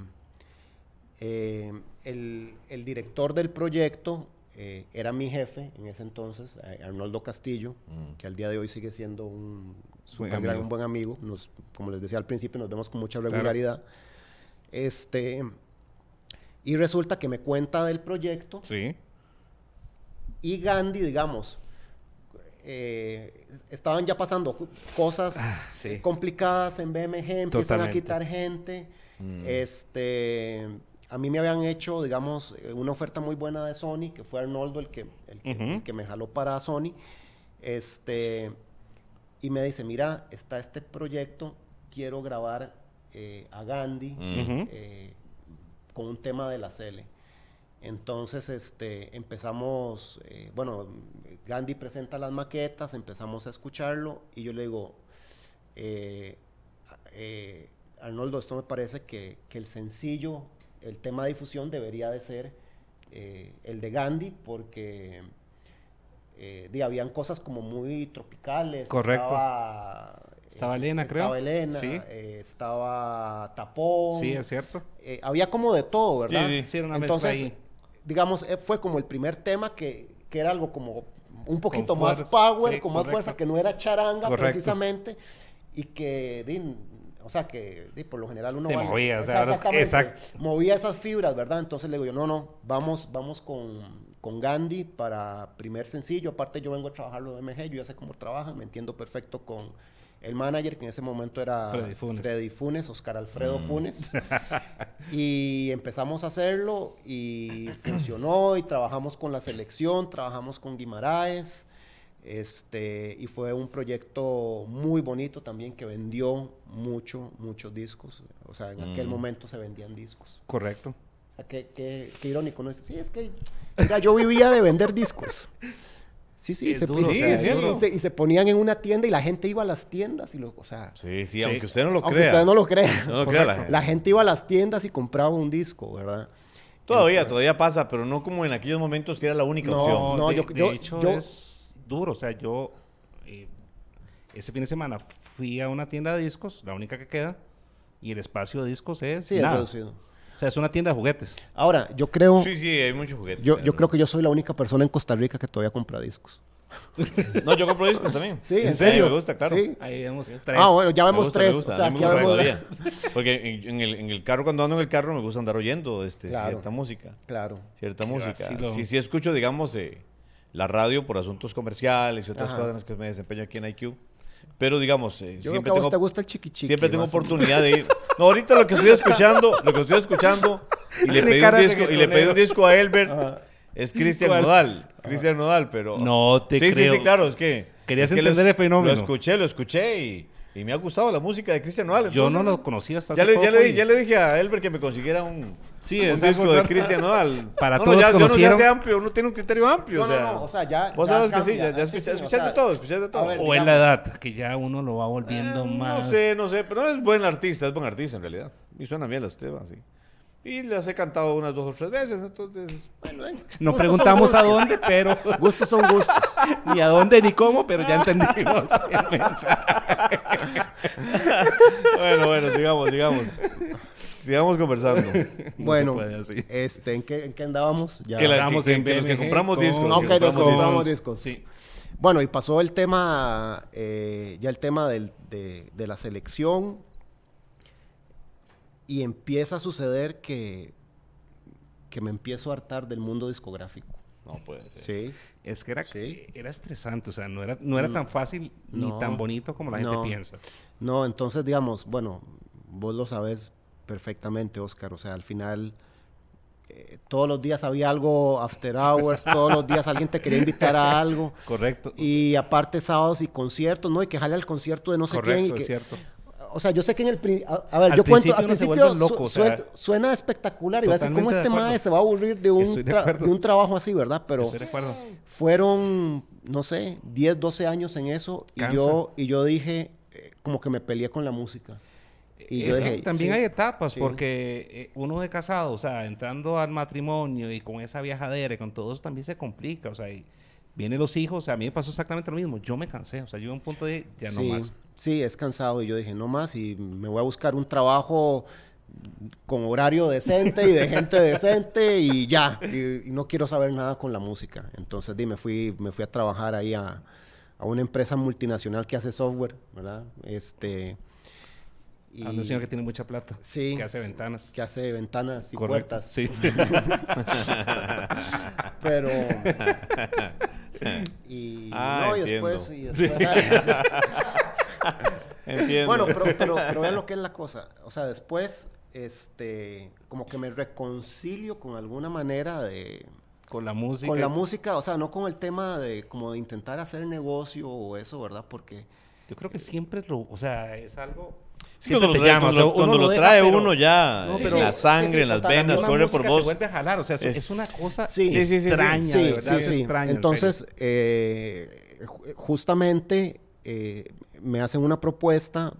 Speaker 3: eh, el, el director del proyecto eh, era mi jefe en ese entonces, a- Arnoldo Castillo,
Speaker 1: Mm.
Speaker 3: que al día de hoy sigue siendo un,
Speaker 2: Buen
Speaker 3: supergran-
Speaker 2: amigo.
Speaker 3: un buen amigo. Nos, como les decía al principio, nos vemos con mucha regularidad. Este, y resulta que me cuenta del proyecto
Speaker 2: Sí.
Speaker 3: y Gandhi, digamos, eh, estaban ya pasando cu- cosas
Speaker 2: Ah, sí.
Speaker 3: eh, complicadas en BMG, empiezan a
Speaker 2: Totalmente. Mm.
Speaker 3: quitar gente. Este, a mí me habían hecho, digamos, eh, una oferta muy buena de Sony, que fue Arnoldo el que, el que,
Speaker 2: Ujú.
Speaker 3: el que me jaló para Sony. Este, y me dice, mira, está este proyecto, quiero grabar eh, a Gandhi
Speaker 1: Mm.
Speaker 2: Ujú.
Speaker 3: eh, con un tema de la Cele. Entonces este, empezamos, eh, bueno, Gandhi presenta las maquetas, empezamos a escucharlo y yo le digo, eh, eh, Arnoldo, esto me parece que, que el sencillo, el tema de difusión debería de ser eh, el de Gandhi porque eh, di, habían cosas como muy tropicales.
Speaker 2: Correcto.
Speaker 3: Estaba, eh,
Speaker 2: Estaba Elena, creo.
Speaker 3: Estaba Elena,
Speaker 2: Sí.
Speaker 3: eh, estaba Tapón.
Speaker 2: Sí, es cierto.
Speaker 3: Eh, había como de todo, ¿verdad?
Speaker 1: Sí,
Speaker 2: Sí, era una mezcla
Speaker 3: Entonces,
Speaker 2: ahí.
Speaker 3: digamos, eh, fue como el primer tema que, que era algo como un poquito
Speaker 2: Con
Speaker 3: más
Speaker 2: fuerza,
Speaker 3: power,
Speaker 2: sí,
Speaker 3: con más
Speaker 2: correcto.
Speaker 3: fuerza, que no era charanga
Speaker 2: Correcto.
Speaker 3: precisamente, y que, di, o sea, que di, por lo general uno...
Speaker 2: Te
Speaker 3: baila-
Speaker 2: movía, o sea, ahora es-
Speaker 3: Exactamente,
Speaker 2: exacto.
Speaker 3: Movía esas fibras, ¿verdad? Entonces le digo yo, no, no, vamos, vamos con, con Gandhi para primer sencillo, aparte yo vengo a trabajar lo de MG, yo ya sé cómo trabajan, me entiendo perfecto con... El manager que en ese momento era
Speaker 2: Freddy Funes. Mm.
Speaker 3: Freddy Funes, Oscar Alfredo Funes. Y empezamos a hacerlo y funcionó y trabajamos con la selección, trabajamos con Guimaraes. Este, y fue un proyecto muy bonito también que vendió mucho, muchos discos. O sea, en aquel
Speaker 1: Mm.
Speaker 3: momento se vendían discos.
Speaker 2: Correcto.
Speaker 3: O sea, qué, qué- qué irónico, ¿no? Sí, es que, mira, yo vivía de vender discos. Sí, sí,
Speaker 2: Es
Speaker 3: se,
Speaker 2: duro,
Speaker 3: y
Speaker 1: sí,
Speaker 3: se-
Speaker 1: es cierto.
Speaker 3: y se- y se ponían en una tienda y la gente iba a las tiendas y lo, o sea,
Speaker 1: Sí, sí,
Speaker 2: Sí.
Speaker 1: aunque usted no lo
Speaker 3: aunque
Speaker 1: crea.
Speaker 3: ustedes no lo crean.
Speaker 1: No lo crea la
Speaker 3: Correcto.
Speaker 1: gente.
Speaker 3: iba a las tiendas y compraba un disco, ¿verdad?
Speaker 1: Todavía, todavía pasa, pero no como en aquellos momentos que era la única
Speaker 3: No.
Speaker 1: opción.
Speaker 2: No,
Speaker 3: no,
Speaker 2: de,
Speaker 3: yo-
Speaker 2: de
Speaker 3: yo-
Speaker 2: hecho
Speaker 3: yo-
Speaker 2: es duro. O sea, yo eh, ese fin de semana fui a una tienda de discos, la única que queda, y el espacio de discos es
Speaker 3: Sí, es
Speaker 2: nada.
Speaker 3: reducido.
Speaker 2: O sea, es una tienda de juguetes.
Speaker 3: Ahora, yo creo,
Speaker 1: Sí, sí, hay muchos juguetes.
Speaker 3: yo,
Speaker 1: la
Speaker 3: yo
Speaker 1: verdad.
Speaker 3: creo que yo soy la única persona en Costa Rica que todavía compra discos.
Speaker 1: No, yo compro discos también.
Speaker 3: Sí,
Speaker 1: A
Speaker 3: en
Speaker 1: mí
Speaker 3: serio.
Speaker 1: Me gusta, claro.
Speaker 3: Sí.
Speaker 2: Ahí vemos tres.
Speaker 3: Ah, bueno, ya
Speaker 1: Me
Speaker 3: vemos
Speaker 1: gusta, me
Speaker 3: tres.
Speaker 1: gusta,
Speaker 3: o sea,
Speaker 1: a mí me
Speaker 3: aquí
Speaker 1: gusta
Speaker 3: vemos-
Speaker 1: todavía. Porque en, en el, en el carro, cuando ando en el carro, me gusta andar oyendo este,
Speaker 3: Claro.
Speaker 1: cierta música.
Speaker 3: Claro.
Speaker 1: Cierta
Speaker 2: Qué
Speaker 1: música.
Speaker 2: vacilo.
Speaker 1: Sí, sí escucho, digamos, eh, la radio por asuntos comerciales y otras
Speaker 3: Ajá.
Speaker 1: cosas en las que me desempeño aquí en IQ. Pero, digamos, eh,
Speaker 3: Yo creo que
Speaker 1: siempre
Speaker 3: a vos te
Speaker 1: tengo,
Speaker 3: gusta el chiquichiqui.
Speaker 1: siempre tengo
Speaker 3: más o menos.
Speaker 1: oportunidad de ir. No, ahorita lo que estoy escuchando, lo que estoy escuchando, y le
Speaker 2: Tiene
Speaker 1: pedí un
Speaker 2: cara de
Speaker 1: disco, y le pedí un
Speaker 2: reggaetonero.
Speaker 1: disco a Elbert, es Cristian
Speaker 2: ¿Cuál?
Speaker 1: Nodal. Cristian Nodal, pero...
Speaker 2: No te
Speaker 1: sí,
Speaker 2: creo.
Speaker 1: Sí, sí, claro, es que...
Speaker 2: Querías
Speaker 1: es que lo-
Speaker 2: entender el fenómeno.
Speaker 1: Lo escuché, lo escuché y, y me ha gustado la música de Cristian Nodal.
Speaker 2: Yo no
Speaker 1: entonces,
Speaker 2: lo conocía hasta
Speaker 1: ya
Speaker 2: hace
Speaker 1: le, ya,
Speaker 2: poco
Speaker 1: le,
Speaker 2: y-
Speaker 1: ya le dije a Elber que me consiguiera un,
Speaker 2: Sí,
Speaker 1: un
Speaker 2: es algo
Speaker 1: disco de
Speaker 2: raro.
Speaker 1: Cristian Nodal.
Speaker 2: Para
Speaker 1: no,
Speaker 2: todos
Speaker 1: no, ya, yo no se
Speaker 2: conocieron-
Speaker 1: hace amplio, uno tiene un criterio amplio.
Speaker 3: No,
Speaker 1: o sea,
Speaker 3: no, no, o sea, ya-
Speaker 1: Vos
Speaker 3: ya
Speaker 1: sabes que sí,
Speaker 3: cambia,
Speaker 1: ya, ya
Speaker 3: sí,
Speaker 1: escucha-
Speaker 3: sí, o
Speaker 1: escuchaste
Speaker 3: sea,
Speaker 1: todo, escuchaste todo.
Speaker 3: a ver,
Speaker 2: O es la
Speaker 3: digamos.
Speaker 2: edad, que ya uno lo va
Speaker 1: Eh,
Speaker 2: volviendo más.
Speaker 1: No sé, no sé, pero es buen artista, es buen artista en realidad. Y suena bien los temas, sí. Y las he cantado unas dos o tres veces, entonces...
Speaker 3: Bueno, eh,
Speaker 2: No
Speaker 3: gustos son
Speaker 2: preguntamos a
Speaker 3: gustos.
Speaker 2: dónde, pero.
Speaker 3: Gustos son gustos.
Speaker 2: ni a dónde ni cómo, pero ya entendimos el mensaje.
Speaker 1: Bueno, bueno, sigamos, sigamos. Sigamos conversando.
Speaker 3: bueno,
Speaker 2: puede así.
Speaker 3: este, ¿en qué, en qué andábamos? Ya.
Speaker 1: Que la-
Speaker 2: Estábamos
Speaker 1: que-
Speaker 2: en
Speaker 1: que los que
Speaker 2: BMG
Speaker 1: compramos
Speaker 2: con-
Speaker 1: discos,
Speaker 3: los que Ok, los que compramos compramos discos. discos.
Speaker 2: Sí.
Speaker 3: Bueno, y pasó el tema, eh, ya el tema del- de, de la selección. Y empieza a suceder que, que me empiezo a hartar del mundo discográfico.
Speaker 1: No puede ser.
Speaker 3: Sí.
Speaker 2: Es que era,
Speaker 3: Sí.
Speaker 2: era estresante, o sea, no era, no era tan fácil
Speaker 3: No.
Speaker 2: ni tan bonito como la gente
Speaker 3: No.
Speaker 2: piensa.
Speaker 3: No, entonces, digamos, bueno, vos lo sabes perfectamente, Oscar. O sea, al final, eh, todos los días había algo after hours, todos los días alguien te quería invitar a algo.
Speaker 2: Correcto.
Speaker 3: Y aparte sábados y conciertos, ¿no? Y que jale al concierto de no sé quién. y
Speaker 2: Correcto,
Speaker 3: que-
Speaker 2: es cierto.
Speaker 3: O sea, yo sé que en el... pri- A, a ver,
Speaker 2: Al
Speaker 3: yo cuento...
Speaker 2: principio uno
Speaker 3: Al
Speaker 2: se
Speaker 3: principio
Speaker 2: vuelve loco,
Speaker 3: su-
Speaker 2: o sea,
Speaker 3: suel- suena espectacular. Y va a decir,
Speaker 2: totalmente
Speaker 3: ¿cómo
Speaker 2: de
Speaker 3: este
Speaker 2: acuerdo.
Speaker 3: mae se va a aburrir de un,
Speaker 2: Estoy de
Speaker 3: tra-
Speaker 2: acuerdo.
Speaker 3: de un trabajo así, verdad? Pero
Speaker 2: Estoy de acuerdo.
Speaker 3: fueron, no sé, 10, 12 años en eso. Y
Speaker 2: Cansa.
Speaker 3: yo, y yo dije, eh, como que me peleé con la música. Y yo
Speaker 2: es
Speaker 3: dije,
Speaker 2: que también
Speaker 3: sí,
Speaker 2: hay etapas,
Speaker 3: sí.
Speaker 2: porque eh, uno de casado, o sea, entrando al matrimonio y con esa viajadera y con todo eso también se complica, o sea, y vienen los hijos, o sea, a mí me pasó exactamente lo mismo, yo me cansé, o sea, yo a un punto de ya
Speaker 3: sí,
Speaker 2: no más.
Speaker 3: Sí, es cansado. Y yo dije, no más. Y me voy a buscar un trabajo con horario decente y de gente decente y ya. Y, y no quiero saber nada con la música. Entonces, dime, fui, me fui a trabajar ahí a, a una empresa multinacional que hace software, ¿verdad? Este. y-
Speaker 2: A un señor que tiene mucha plata,
Speaker 3: Sí.
Speaker 2: que hace ventanas.
Speaker 3: que hace ventanas y
Speaker 2: Correcto,
Speaker 3: puertas.
Speaker 2: Sí.
Speaker 3: Pero. Y,
Speaker 1: Ah,
Speaker 3: no, y
Speaker 1: entiendo.
Speaker 3: después. y después-
Speaker 1: Entiendo.
Speaker 3: Bueno, pero, pero, pero vean lo que es la cosa. O sea, después, este, como que me reconcilio con alguna manera de...
Speaker 2: con la música.
Speaker 3: con la
Speaker 2: y-
Speaker 3: música, o sea, no con el tema de como de intentar hacer negocio o eso, ¿verdad? Porque...
Speaker 2: Yo creo que siempre lo, o sea, es algo...
Speaker 1: Sí, cuando
Speaker 2: siempre
Speaker 1: lo
Speaker 2: te
Speaker 1: trae,
Speaker 2: llama,
Speaker 1: cuando
Speaker 2: o sea,
Speaker 1: lo- cuando lo
Speaker 2: deja,
Speaker 1: trae
Speaker 2: pero
Speaker 1: uno ya,
Speaker 3: No,
Speaker 1: en
Speaker 3: pero-
Speaker 1: la
Speaker 3: sí, sí,
Speaker 1: sangre, en las
Speaker 3: total, la
Speaker 1: venas,
Speaker 2: misma
Speaker 1: corre por
Speaker 2: música
Speaker 1: vos.
Speaker 2: Te vuelve a jalar, o sea, es,
Speaker 1: Es-
Speaker 2: es una cosa
Speaker 3: Sí. Sí, sí,
Speaker 1: sí, sí.
Speaker 2: extraña,
Speaker 3: Sí,
Speaker 2: de verdad,
Speaker 3: sí, sí.
Speaker 2: extraña, en
Speaker 3: Entonces,
Speaker 2: serio.
Speaker 3: eh, ju- justamente eh, me hacen una propuesta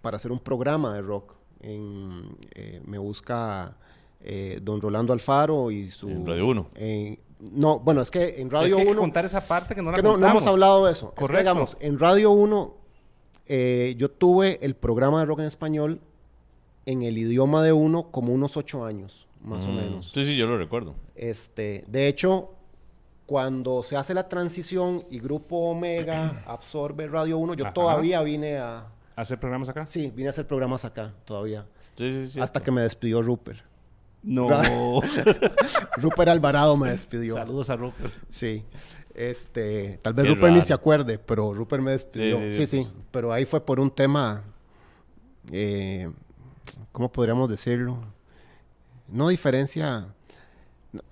Speaker 3: para hacer un programa de rock. En, eh, me busca eh, don Rolando Alfaro y su...
Speaker 1: En Radio Uno.
Speaker 3: en- no, bueno, es que en
Speaker 2: es
Speaker 3: Radio
Speaker 2: que hay que
Speaker 3: 1...
Speaker 2: contar esa parte que no
Speaker 3: Es
Speaker 2: la
Speaker 3: que no, no hemos
Speaker 2: contamos.
Speaker 3: hablado de eso. Es que,
Speaker 2: Correcto.
Speaker 3: digamos, en Radio 1 eh, yo tuve el programa de rock en español en el idioma de uno como unos ocho años, más o
Speaker 1: Mm.
Speaker 3: menos.
Speaker 1: Sí, sí, yo lo recuerdo.
Speaker 3: Este, de hecho, cuando se hace la transición y Grupo Omega absorbe Radio 1, yo
Speaker 2: Ajá.
Speaker 3: todavía vine a...
Speaker 2: ¿Hacer programas acá?
Speaker 3: Sí, vine a hacer programas acá todavía.
Speaker 1: Sí, sí, sí.
Speaker 3: Hasta que me despidió Rupert.
Speaker 2: No.
Speaker 3: Rupert Alvarado me despidió.
Speaker 2: Saludos a Rupert.
Speaker 3: Sí. Este, tal vez
Speaker 1: Qué
Speaker 3: Rupert ni
Speaker 1: raro.
Speaker 3: se acuerde, pero Rupert me despidió.
Speaker 1: Sí,
Speaker 3: Sí,
Speaker 1: sí,
Speaker 3: sí,
Speaker 1: sí,
Speaker 3: Pero ahí fue por un tema, eh, ¿cómo podríamos decirlo? No diferencia. no,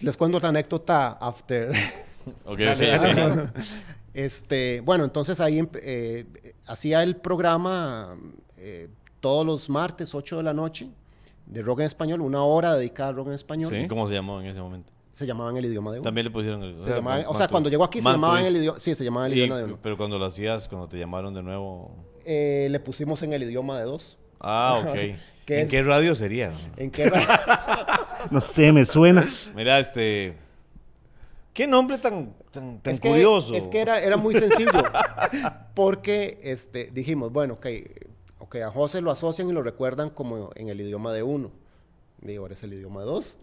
Speaker 3: Les cuento otra anécdota after.
Speaker 1: Ok,
Speaker 2: Dale,
Speaker 1: ok,
Speaker 2: dale.
Speaker 1: ok.
Speaker 3: este, bueno, entonces ahí empe- eh, hacía el programa eh, todos los martes, 8 de la noche, de rock en español, una hora dedicada al rock en español.
Speaker 2: Sí.
Speaker 1: ¿Y ¿Cómo se llamó en ese momento?
Speaker 3: Se llamaba en el idioma de uno.
Speaker 1: También le pusieron el.
Speaker 3: Se llamaba-
Speaker 1: man-
Speaker 3: o sea,
Speaker 1: mantu-
Speaker 3: cuando llegó aquí se llamaba en
Speaker 1: mantuis.
Speaker 3: el idioma, sí, se llamaba en el
Speaker 1: Y-
Speaker 3: idioma de uno.
Speaker 1: Pero cuando lo hacías, cuando te llamaron de nuevo.
Speaker 3: Eh, le pusimos en el idioma de dos.
Speaker 1: Ah, ok.
Speaker 3: ¿Qué
Speaker 1: ¿En
Speaker 3: es?
Speaker 1: qué radio sería?
Speaker 3: ¿En qué ra-
Speaker 2: No sé, me suena.
Speaker 1: Mira, este. Qué nombre tan, tan, tan
Speaker 3: es que-
Speaker 1: curioso.
Speaker 3: es que era, era muy sencillo. porque este, dijimos, bueno, ok, ok, a José lo asocian y lo recuerdan como en el idioma de uno. Y ahora es el idioma 2.
Speaker 1: Sí,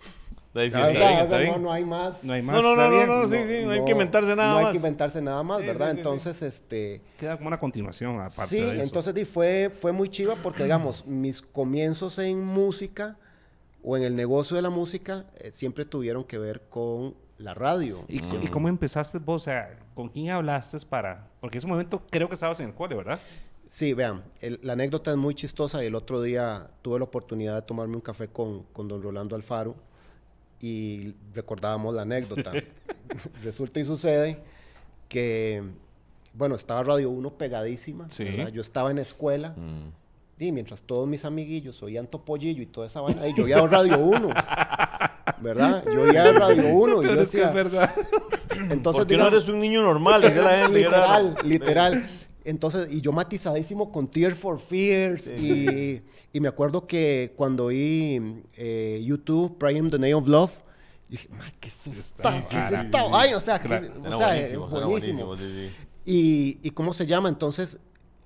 Speaker 3: O
Speaker 1: está
Speaker 3: sea,
Speaker 1: bien,
Speaker 3: o
Speaker 1: está
Speaker 3: sea,
Speaker 1: bien.
Speaker 3: No, no hay más.
Speaker 2: No hay más.
Speaker 1: No, no,
Speaker 2: está
Speaker 1: no, no,
Speaker 2: bien,
Speaker 1: no, sí, sí, no hay que inventarse nada
Speaker 3: no
Speaker 1: más.
Speaker 3: hay que inventarse nada más,
Speaker 1: Sí,
Speaker 3: ¿verdad?
Speaker 1: sí, sí, sí.
Speaker 3: entonces, este...
Speaker 2: Queda como una continuación aparte
Speaker 3: Sí,
Speaker 2: de eso.
Speaker 3: entonces di, fue, fue muy chiva porque, digamos, mis comienzos en música o en el negocio de la música eh, siempre tuvieron que ver con la radio.
Speaker 2: ¿Y, cu- y cómo empezaste vos? O sea, ¿con quién hablaste para...? Porque en ese momento creo que estabas en el cole, ¿verdad?
Speaker 3: Sí, vean, el- la anécdota es muy chistosa. El otro día tuve la oportunidad de tomarme un café con, con don Rolando Alfaro y recordábamos la anécdota. Resulta y sucede que, bueno, estaba Radio 1 pegadísima.
Speaker 2: Sí. Mm.
Speaker 3: ¿verdad? Yo estaba en escuela.
Speaker 1: Mm.
Speaker 3: Y mientras todos mis amiguillos oían Topollillo y toda esa vaina, y yo oía Radio 1, ¿verdad? Yo oía Radio 1 y yo
Speaker 2: Pero es que es
Speaker 3: decía,
Speaker 2: verdad.
Speaker 3: entonces,
Speaker 1: ¿Por qué no
Speaker 3: digamos,
Speaker 1: eres un niño normal? Dice la gente.
Speaker 3: literal,
Speaker 1: claro.
Speaker 3: literal. Entonces, y yo matizadísimo con Tear for Fears. Y, y me acuerdo que cuando oí eh, YouTube, Pray in the Name of Love, dije, "Ma, ¿qué es esta? ¿Qué es
Speaker 2: sí,
Speaker 3: esta
Speaker 2: sí.
Speaker 3: vaina? O sea, que-
Speaker 2: Claro.
Speaker 1: Era
Speaker 3: o sea,
Speaker 1: buenísimo, era
Speaker 3: buenísimo.
Speaker 1: buenísimo. sí, sí.
Speaker 3: Y, y cómo se llama? Entonces,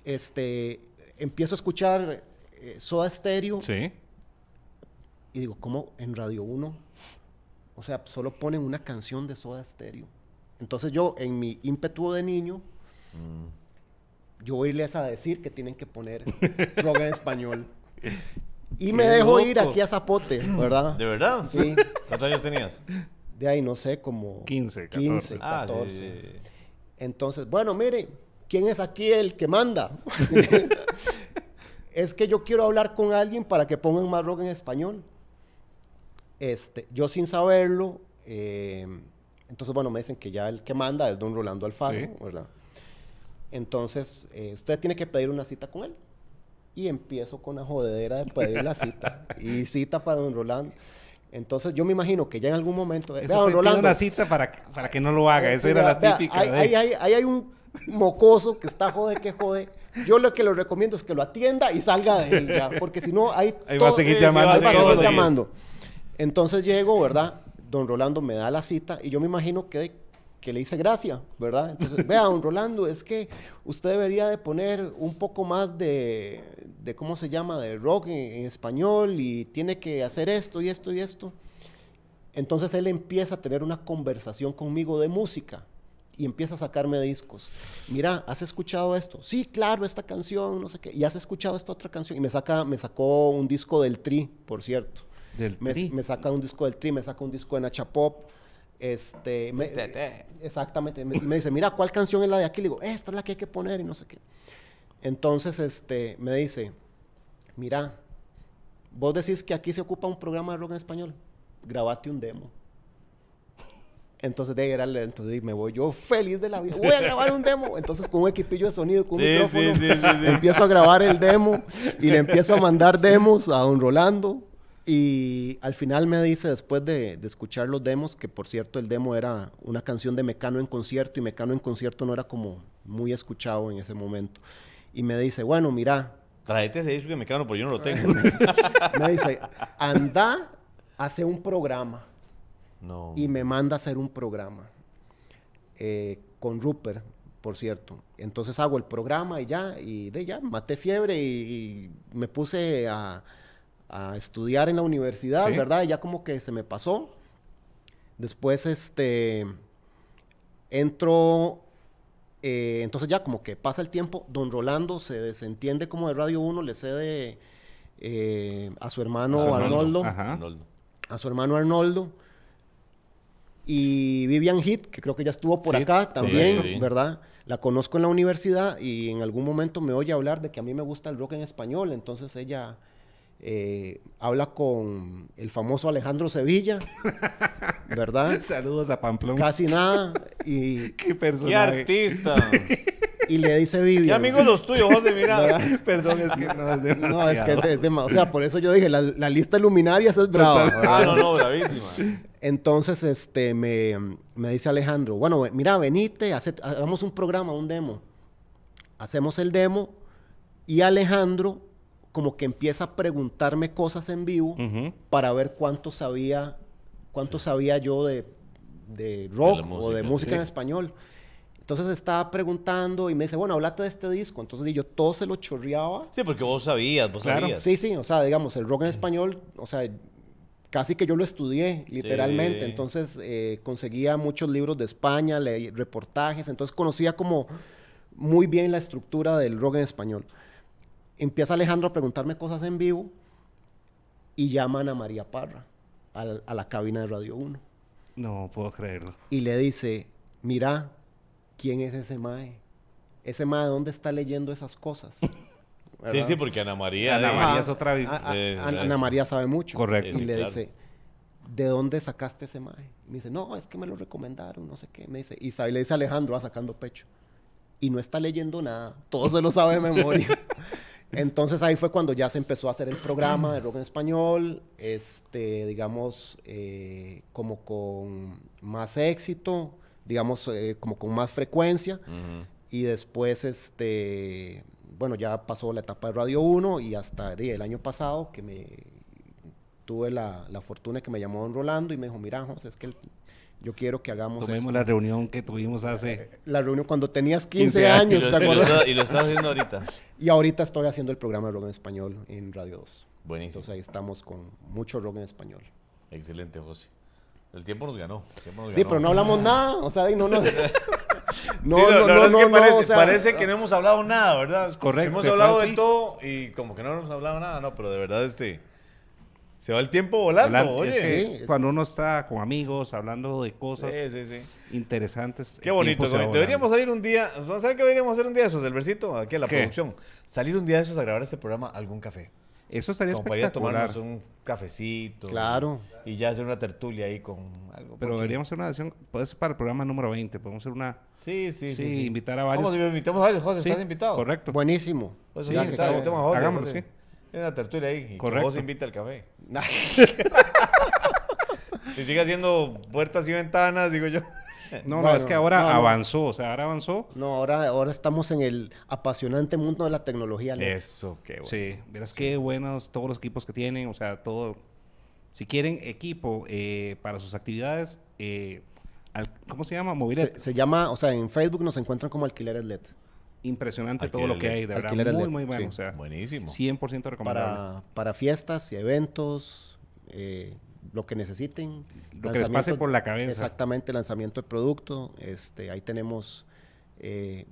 Speaker 3: este, empiezo a escuchar eh, Soda Stereo
Speaker 2: Sí.
Speaker 3: y digo, ¿cómo en Radio 1? O sea, solo ponen una canción de Soda Stereo. Entonces yo, en mi ímpetu de niño,
Speaker 1: Mm.
Speaker 3: yo irles a decir que tienen que poner rock en español. Y me
Speaker 2: Qué
Speaker 3: dejo ir
Speaker 2: loco.
Speaker 3: aquí a Zapote, ¿verdad?
Speaker 1: ¿De verdad?
Speaker 3: Sí.
Speaker 1: ¿Cuántos años tenías?
Speaker 3: De ahí, no sé, como...
Speaker 2: 15, 14.
Speaker 3: 15,
Speaker 1: Ah,
Speaker 3: 14.
Speaker 1: sí, sí, sí.
Speaker 3: Entonces, bueno, mire, ¿quién es aquí el que manda? es que yo quiero hablar con alguien para que pongan más rock en español. Este, yo sin saberlo, eh, entonces, bueno, me dicen que ya el que manda es don Rolando Alfaro,
Speaker 2: Sí.
Speaker 3: ¿verdad? Entonces, eh, usted tiene que pedir una cita con él. Y empiezo con la jodedera de pedir la cita. y cita para don Rolando. Entonces, yo me imagino que ya en algún momento... "Vea,
Speaker 2: Eso
Speaker 3: don
Speaker 2: fue- tiene
Speaker 3: Rolando,
Speaker 2: una cita para, que- para que no lo haga. Esa
Speaker 3: Sí,
Speaker 2: era
Speaker 3: vea,
Speaker 2: la
Speaker 3: Eh, vea,
Speaker 2: típica.
Speaker 3: Ahí,
Speaker 2: de-
Speaker 3: ahí hay, ahí hay un mocoso que está jode que jode. Yo lo que le recomiendo es que lo atienda y salga de él, ya, porque si no, ahí,
Speaker 2: Ahí va a seguir
Speaker 1: sí, sí,
Speaker 2: llamando.
Speaker 3: ahí va a seguir
Speaker 1: Todos los días.
Speaker 3: llamando. Entonces llego, ¿verdad? Don Rolando me da la cita y yo me imagino que, que le hice gracia, ¿verdad? Entonces, vea, don Rolando, es que usted debería de poner un poco más de, de ¿cómo se llama?, de rock en- en español y tiene que hacer esto y esto y esto. Entonces él empieza a tener una conversación conmigo de música y empieza a sacarme discos. Mira, ¿has escuchado esto? Sí, claro, esta canción, no sé qué. ¿Y has escuchado esta otra canción? Y me saca, me sacó un disco del Tri, por cierto.
Speaker 2: del
Speaker 3: Me,
Speaker 2: tri.
Speaker 3: me saca un disco del Tri, me saca un disco de Nacha Pop. Este, me- exactamente. Me, me dice, mira, ¿cuál canción es la de aquí? Le digo, esta es la que hay que poner y no sé qué. Entonces, este, me dice, mira, vos decís que aquí se ocupa un programa de rock en español. Grabate un demo. Entonces, de ahí era el- entonces y me voy yo feliz de la vida. Voy a grabar un demo. Entonces, con un equipillo de sonido, con un
Speaker 1: Sí, sí,
Speaker 3: micrófono,
Speaker 1: sí, sí, sí.
Speaker 3: empiezo a grabar el demo y le empiezo a mandar demos a don Rolando. Y al final me dice, después de, de escuchar los demos, que por cierto el demo era una canción de Mecano en concierto y Mecano en concierto no era como muy escuchado en ese momento. Y me dice, bueno, mira,
Speaker 1: Traete ese este disco que me cago, porque yo no lo tengo.
Speaker 3: me dice, anda, hace un programa.
Speaker 1: No.
Speaker 3: Y me manda a hacer un programa eh, con Rupert, por cierto. Entonces hago el programa y ya, y de ya, maté fiebre y, y me puse a, a estudiar en la universidad,
Speaker 2: Sí.
Speaker 3: ¿verdad? Y ya como que se me pasó. Después, este, entro, eh, entonces ya como que pasa el tiempo, don Rolando se desentiende como de Radio 1, le cede eh, a su hermano
Speaker 2: A su hermano,
Speaker 3: Arnoldo
Speaker 2: ajá.
Speaker 1: Arnoldo.
Speaker 3: a su hermano Arnoldo y Vivian Hit, que creo que ya estuvo por
Speaker 2: Sí,
Speaker 3: acá también,
Speaker 1: sí.
Speaker 3: ¿verdad? La conozco en la universidad y en algún momento me oye hablar de que a mí me gusta el rock en español, entonces ella eh, habla con el famoso Alejandro Sevilla, ¿verdad?
Speaker 2: Saludos a Pamplón.
Speaker 3: Casi nada y,
Speaker 2: Qué
Speaker 1: ¡Qué
Speaker 2: personaje.
Speaker 1: artista!
Speaker 3: eh, y le dice Vivian.
Speaker 1: ¡Qué amigos los tuyos, José! Mira.
Speaker 3: ¿verdad?
Speaker 2: Perdón, es que no es demasiado.
Speaker 3: No, es que es de- es de- o sea, por eso yo dije, la, la lista luminaria esa es brava.
Speaker 1: Ah, no, no, bravísima.
Speaker 3: Entonces, este, me, me dice Alejandro, bueno, ve- mira, venite, hace- hagamos un programa, un demo. Hacemos el demo y Alejandro como que empieza a preguntarme cosas en vivo
Speaker 2: Ujú.
Speaker 3: para ver cuánto sabía, cuánto sabía yo de, de rock o de
Speaker 1: música,
Speaker 3: música
Speaker 1: sí.
Speaker 3: en español. Entonces estaba preguntando y me dice, bueno, hablate de este disco. Entonces y yo todo se lo chorreaba.
Speaker 1: Sí, porque vos sabías, vos
Speaker 2: Claro,
Speaker 1: sabías.
Speaker 3: Sí, sí, o sea, digamos, el rock en español, o sea, casi que yo lo estudié, literalmente.
Speaker 1: Sí.
Speaker 3: Entonces eh, conseguía muchos libros de España, leí reportajes, entonces conocía como muy bien la estructura del rock en español. Empieza Alejandro a preguntarme cosas en vivo y llaman a María Parra al- a la cabina de Radio 1
Speaker 2: No puedo creerlo.
Speaker 3: y le dice, mira, ¿quién es ese Mae? Ese Mae, ¿dónde está leyendo esas cosas?
Speaker 1: Sí,
Speaker 3: ¿Verdad?
Speaker 1: sí, porque Ana María.
Speaker 2: Ana
Speaker 1: de-
Speaker 2: María
Speaker 3: Ajá.
Speaker 2: es otra vi-
Speaker 3: A- a-
Speaker 1: Eh,
Speaker 3: Ana-
Speaker 1: es-
Speaker 3: Ana María sabe mucho.
Speaker 2: Correcto.
Speaker 3: Y le
Speaker 1: Sí, claro.
Speaker 3: dice, ¿de dónde sacaste ese mae? Me dice, no, es que me lo recomendaron, no sé qué. Me dice, y sa- y le dice a Alejandro, va sacando pecho. Y no está leyendo nada, todo se lo sabe de memoria. Entonces ahí fue cuando ya se empezó a hacer el programa de rock en español, este, digamos, eh, como con más éxito, digamos, eh, como con más frecuencia.
Speaker 1: Ujú.
Speaker 3: Y después, este, bueno, ya pasó la etapa de Radio 1 y hasta di, el año pasado que me tuve la, la fortuna que me llamó don Rolando y me dijo, mira, José, es que el- yo quiero que hagamos
Speaker 2: Tomemos
Speaker 3: esto".
Speaker 2: la reunión que tuvimos hace.
Speaker 3: la reunión cuando tenías
Speaker 2: 15
Speaker 3: 15,
Speaker 1: Y
Speaker 3: años,
Speaker 1: lo,
Speaker 3: ¿te
Speaker 1: y lo
Speaker 3: acuerdas?
Speaker 1: está- y lo estás haciendo ahorita.
Speaker 3: Y ahorita estoy haciendo el programa de rock en español en Radio 2.
Speaker 1: Buenísimo.
Speaker 3: Entonces ahí estamos con mucho rock en español.
Speaker 1: Excelente, José. El tiempo nos ganó. el tiempo nos
Speaker 3: Di,
Speaker 1: ganó.
Speaker 3: pero no hablamos nada, o sea, di, no, no.
Speaker 1: Sí, la- la verdad es que parece,
Speaker 3: o sea,
Speaker 1: parece que no hemos hablado nada, ¿verdad?
Speaker 2: Es ah. correcto,
Speaker 1: Hemos
Speaker 2: se fue
Speaker 1: hablado de
Speaker 2: así.
Speaker 1: todo y como que no hemos hablado nada, no, pero de verdad, este. Se va el tiempo volando,
Speaker 2: hablando-
Speaker 1: oye.
Speaker 2: es que
Speaker 3: Sí, es-
Speaker 2: Cuando uno está con amigos, hablando de cosas
Speaker 1: Sí, sí, sí.
Speaker 2: interesantes.
Speaker 1: Qué
Speaker 2: el
Speaker 1: bonito,
Speaker 2: tiempo
Speaker 1: qué
Speaker 2: se
Speaker 1: bonito.
Speaker 2: va volando.
Speaker 1: Deberíamos salir un día, ¿sabes qué deberíamos hacer un día de esos del versito? Aquí a la
Speaker 2: ¿Qué?
Speaker 1: producción. Salir un día de esos a grabar este programa a algún café.
Speaker 2: Eso estaría
Speaker 1: Como para ir a
Speaker 2: espectacular.
Speaker 1: tomarnos un cafecito.
Speaker 3: Claro.
Speaker 1: Y ya hacer una tertulia ahí con algo.
Speaker 2: Pero
Speaker 1: porque-
Speaker 2: deberíamos hacer una edición, puede ser para el programa número 20, podemos hacer una...
Speaker 1: Sí, sí, sí.
Speaker 2: Sí,
Speaker 1: sí.
Speaker 2: invitar a varios.
Speaker 1: Vamos, invitamos a varios. José,
Speaker 2: Sí,
Speaker 1: estás invitado.
Speaker 2: Correcto.
Speaker 3: Buenísimo.
Speaker 1: Pues
Speaker 2: Sí,
Speaker 1: ya que está,
Speaker 2: está bien.
Speaker 1: invitemos a José,
Speaker 2: Hagámoslo,
Speaker 1: José.
Speaker 2: sí.
Speaker 1: Es una tertulia ahí. Y que
Speaker 2: Correcto.
Speaker 1: José invita al café. Si sigue haciendo puertas y ventanas, digo yo.
Speaker 2: No,
Speaker 3: Bueno,
Speaker 2: no, es que ahora
Speaker 3: no, no.
Speaker 2: avanzó, o sea, ahora avanzó.
Speaker 3: No, ahora, ahora estamos en el apasionante mundo de la tecnología. Alex.
Speaker 1: Eso, qué bueno.
Speaker 2: Sí, verás qué buenos todos los equipos que tienen, o sea, todo. Si quieren equipo eh, para sus actividades, eh, al- ¿cómo se llama?
Speaker 3: Se,
Speaker 2: Movilet.
Speaker 3: se llama, o sea, en Facebook nos encuentran como alquileres LED
Speaker 2: Impresionante todo
Speaker 1: Alquiler
Speaker 2: lo que hay, de verdad.
Speaker 3: Alquiler
Speaker 2: muy,
Speaker 3: LED,
Speaker 2: muy bueno,
Speaker 3: sí.
Speaker 2: o sea,
Speaker 1: Buenísimo.
Speaker 2: 100% recomendable.
Speaker 3: para, para fiestas y eventos, eh, lo que necesiten.
Speaker 2: Lo que les pase
Speaker 3: lanzamiento-
Speaker 2: por la cabeza.
Speaker 3: Exactamente, lanzamiento de producto. Este, ahí tenemos eh,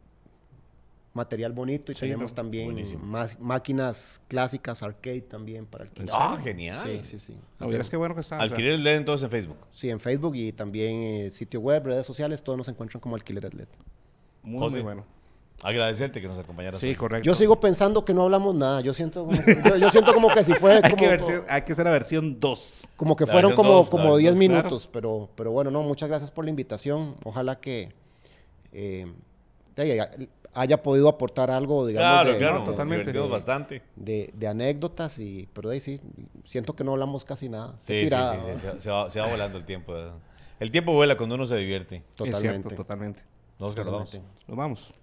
Speaker 3: material bonito y
Speaker 2: Sí,
Speaker 3: tenemos
Speaker 2: no,
Speaker 3: también
Speaker 1: buenísimo.
Speaker 3: más, máquinas clásicas, arcade también para alquilar.
Speaker 1: Ah, genial.
Speaker 3: Sí, sí, sí.
Speaker 2: No, verás
Speaker 3: Hacemos-
Speaker 2: qué bueno que está. o sea,
Speaker 1: Alquiler el LED entonces en Facebook.
Speaker 3: Sí, en Facebook y también eh, sitio web, redes sociales, todos nos encuentran como alquileres LED.
Speaker 2: muy,
Speaker 1: José.
Speaker 2: muy bueno.
Speaker 1: Agradecerte que nos acompañaras.
Speaker 2: Sí,
Speaker 1: hoy.
Speaker 2: correcto.
Speaker 3: Yo sigo pensando que no hablamos nada. Yo siento como que, yo, yo siento como que si fue
Speaker 2: hay,
Speaker 3: como,
Speaker 2: que ver, hay que hacer la versión 2.
Speaker 3: como que
Speaker 1: La
Speaker 3: fueron
Speaker 1: versión
Speaker 3: como,
Speaker 1: dos, la
Speaker 3: como 10
Speaker 1: versión
Speaker 2: dos,
Speaker 3: minutos, pero, pero bueno, no, muchas gracias por la invitación. Ojalá que eh, de ahí haya, haya podido aportar algo, digamos,
Speaker 1: Claro,
Speaker 3: de,
Speaker 1: claro.
Speaker 2: no,
Speaker 1: nos
Speaker 2: totalmente.
Speaker 1: divertimos bastante.
Speaker 3: de- de anécdotas y, pero de ahí sí, siento que no hablamos casi nada. Qué
Speaker 1: Sí, sí,
Speaker 3: tirada,
Speaker 1: sí, sí,
Speaker 3: ¿verdad?
Speaker 1: Se, se va, se va volando el tiempo, ¿verdad? El tiempo vuela cuando uno se divierte.
Speaker 2: Es cierto,
Speaker 3: Totalmente.
Speaker 2: totalmente.
Speaker 1: Nos
Speaker 3: totalmente.
Speaker 1: acordamos.
Speaker 2: Nos vamos.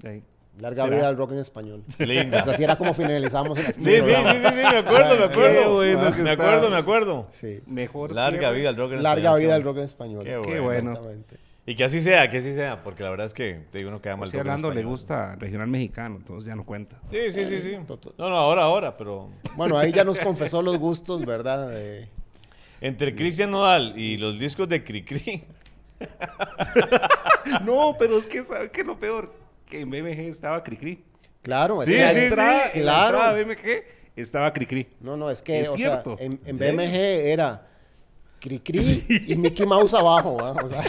Speaker 2: De ahí.
Speaker 3: Larga
Speaker 2: Será.
Speaker 3: vida al rock en español.
Speaker 1: Linda.
Speaker 3: Así era como finalizamos el
Speaker 1: Sí, sí, sí, sí, sí, me acuerdo, me acuerdo.
Speaker 2: bueno que
Speaker 1: me
Speaker 2: está.
Speaker 1: acuerdo, me acuerdo.
Speaker 3: sí.
Speaker 2: Mejor
Speaker 1: Larga
Speaker 2: cierre.
Speaker 1: vida al rock en
Speaker 3: Larga
Speaker 1: español,
Speaker 3: vida al
Speaker 1: cabrón.
Speaker 3: rock en español.
Speaker 1: Qué
Speaker 2: Qué bueno.
Speaker 3: Exactamente.
Speaker 1: Y que así sea, que así sea, porque la verdad es que te digo, uno queda mal.
Speaker 2: José
Speaker 1: rock en
Speaker 2: Orlando le
Speaker 1: español.
Speaker 2: gusta regional mexicano, entonces ya no cuenta.
Speaker 1: Sí, sí, sí, sí.
Speaker 3: Total.
Speaker 1: No, no, ahora, ahora, pero
Speaker 3: Bueno, ahí ya nos confesó los gustos, ¿verdad? De-
Speaker 1: entre Cristian Nodal y los discos de Cricri.
Speaker 2: No, pero es que sabe que lo peor, que en BMG estaba Cricri.
Speaker 3: Claro, es
Speaker 1: Sí,
Speaker 3: que
Speaker 2: la
Speaker 1: sí,
Speaker 3: ahí-
Speaker 2: entrada,
Speaker 3: sí,
Speaker 2: en la
Speaker 3: claro.
Speaker 2: entrada de BMG estaba Cricri.
Speaker 3: No, no, es que,
Speaker 2: Es
Speaker 3: o
Speaker 2: cierto.
Speaker 3: sea, en, en
Speaker 1: ¿En serio?
Speaker 3: BMG era Cricri y Mickey Mouse abajo, ¿verdad? O sea,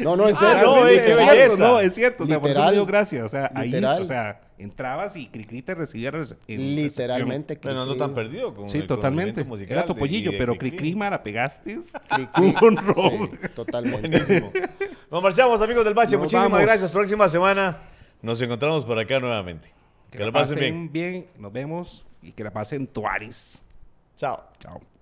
Speaker 3: no, no, en
Speaker 1: Ah,
Speaker 3: serio.
Speaker 1: no, eh, qué
Speaker 2: es
Speaker 3: literal.
Speaker 1: belleza.
Speaker 2: cierto, no, es cierto. O sea, por eso
Speaker 3: Literal.
Speaker 2: me dio gracias. O sea, ahí,
Speaker 3: Literal.
Speaker 2: o sea, entrabas y Cricri te recibía en recepción.
Speaker 3: Literalmente
Speaker 1: Pero no ando
Speaker 3: Cricri.
Speaker 1: tan perdido con
Speaker 2: Sí,
Speaker 1: el
Speaker 2: totalmente.
Speaker 1: conocimiento musical
Speaker 2: Era tu
Speaker 1: de-
Speaker 2: pollillo,
Speaker 1: y de
Speaker 2: pero Cricri, Mara, pegaste
Speaker 3: Cricri,
Speaker 2: con
Speaker 3: sí,
Speaker 2: Rob.
Speaker 3: totalmente.
Speaker 1: Nos marchamos, amigos del Bache.
Speaker 2: Nos
Speaker 1: Muchísimas
Speaker 2: vamos.
Speaker 1: gracias. Próxima semana nos encontramos por acá nuevamente. Que, lo pasen bien.
Speaker 2: bien. Nos vemos y que la pasen tuaris.
Speaker 1: Chao.
Speaker 2: Chao.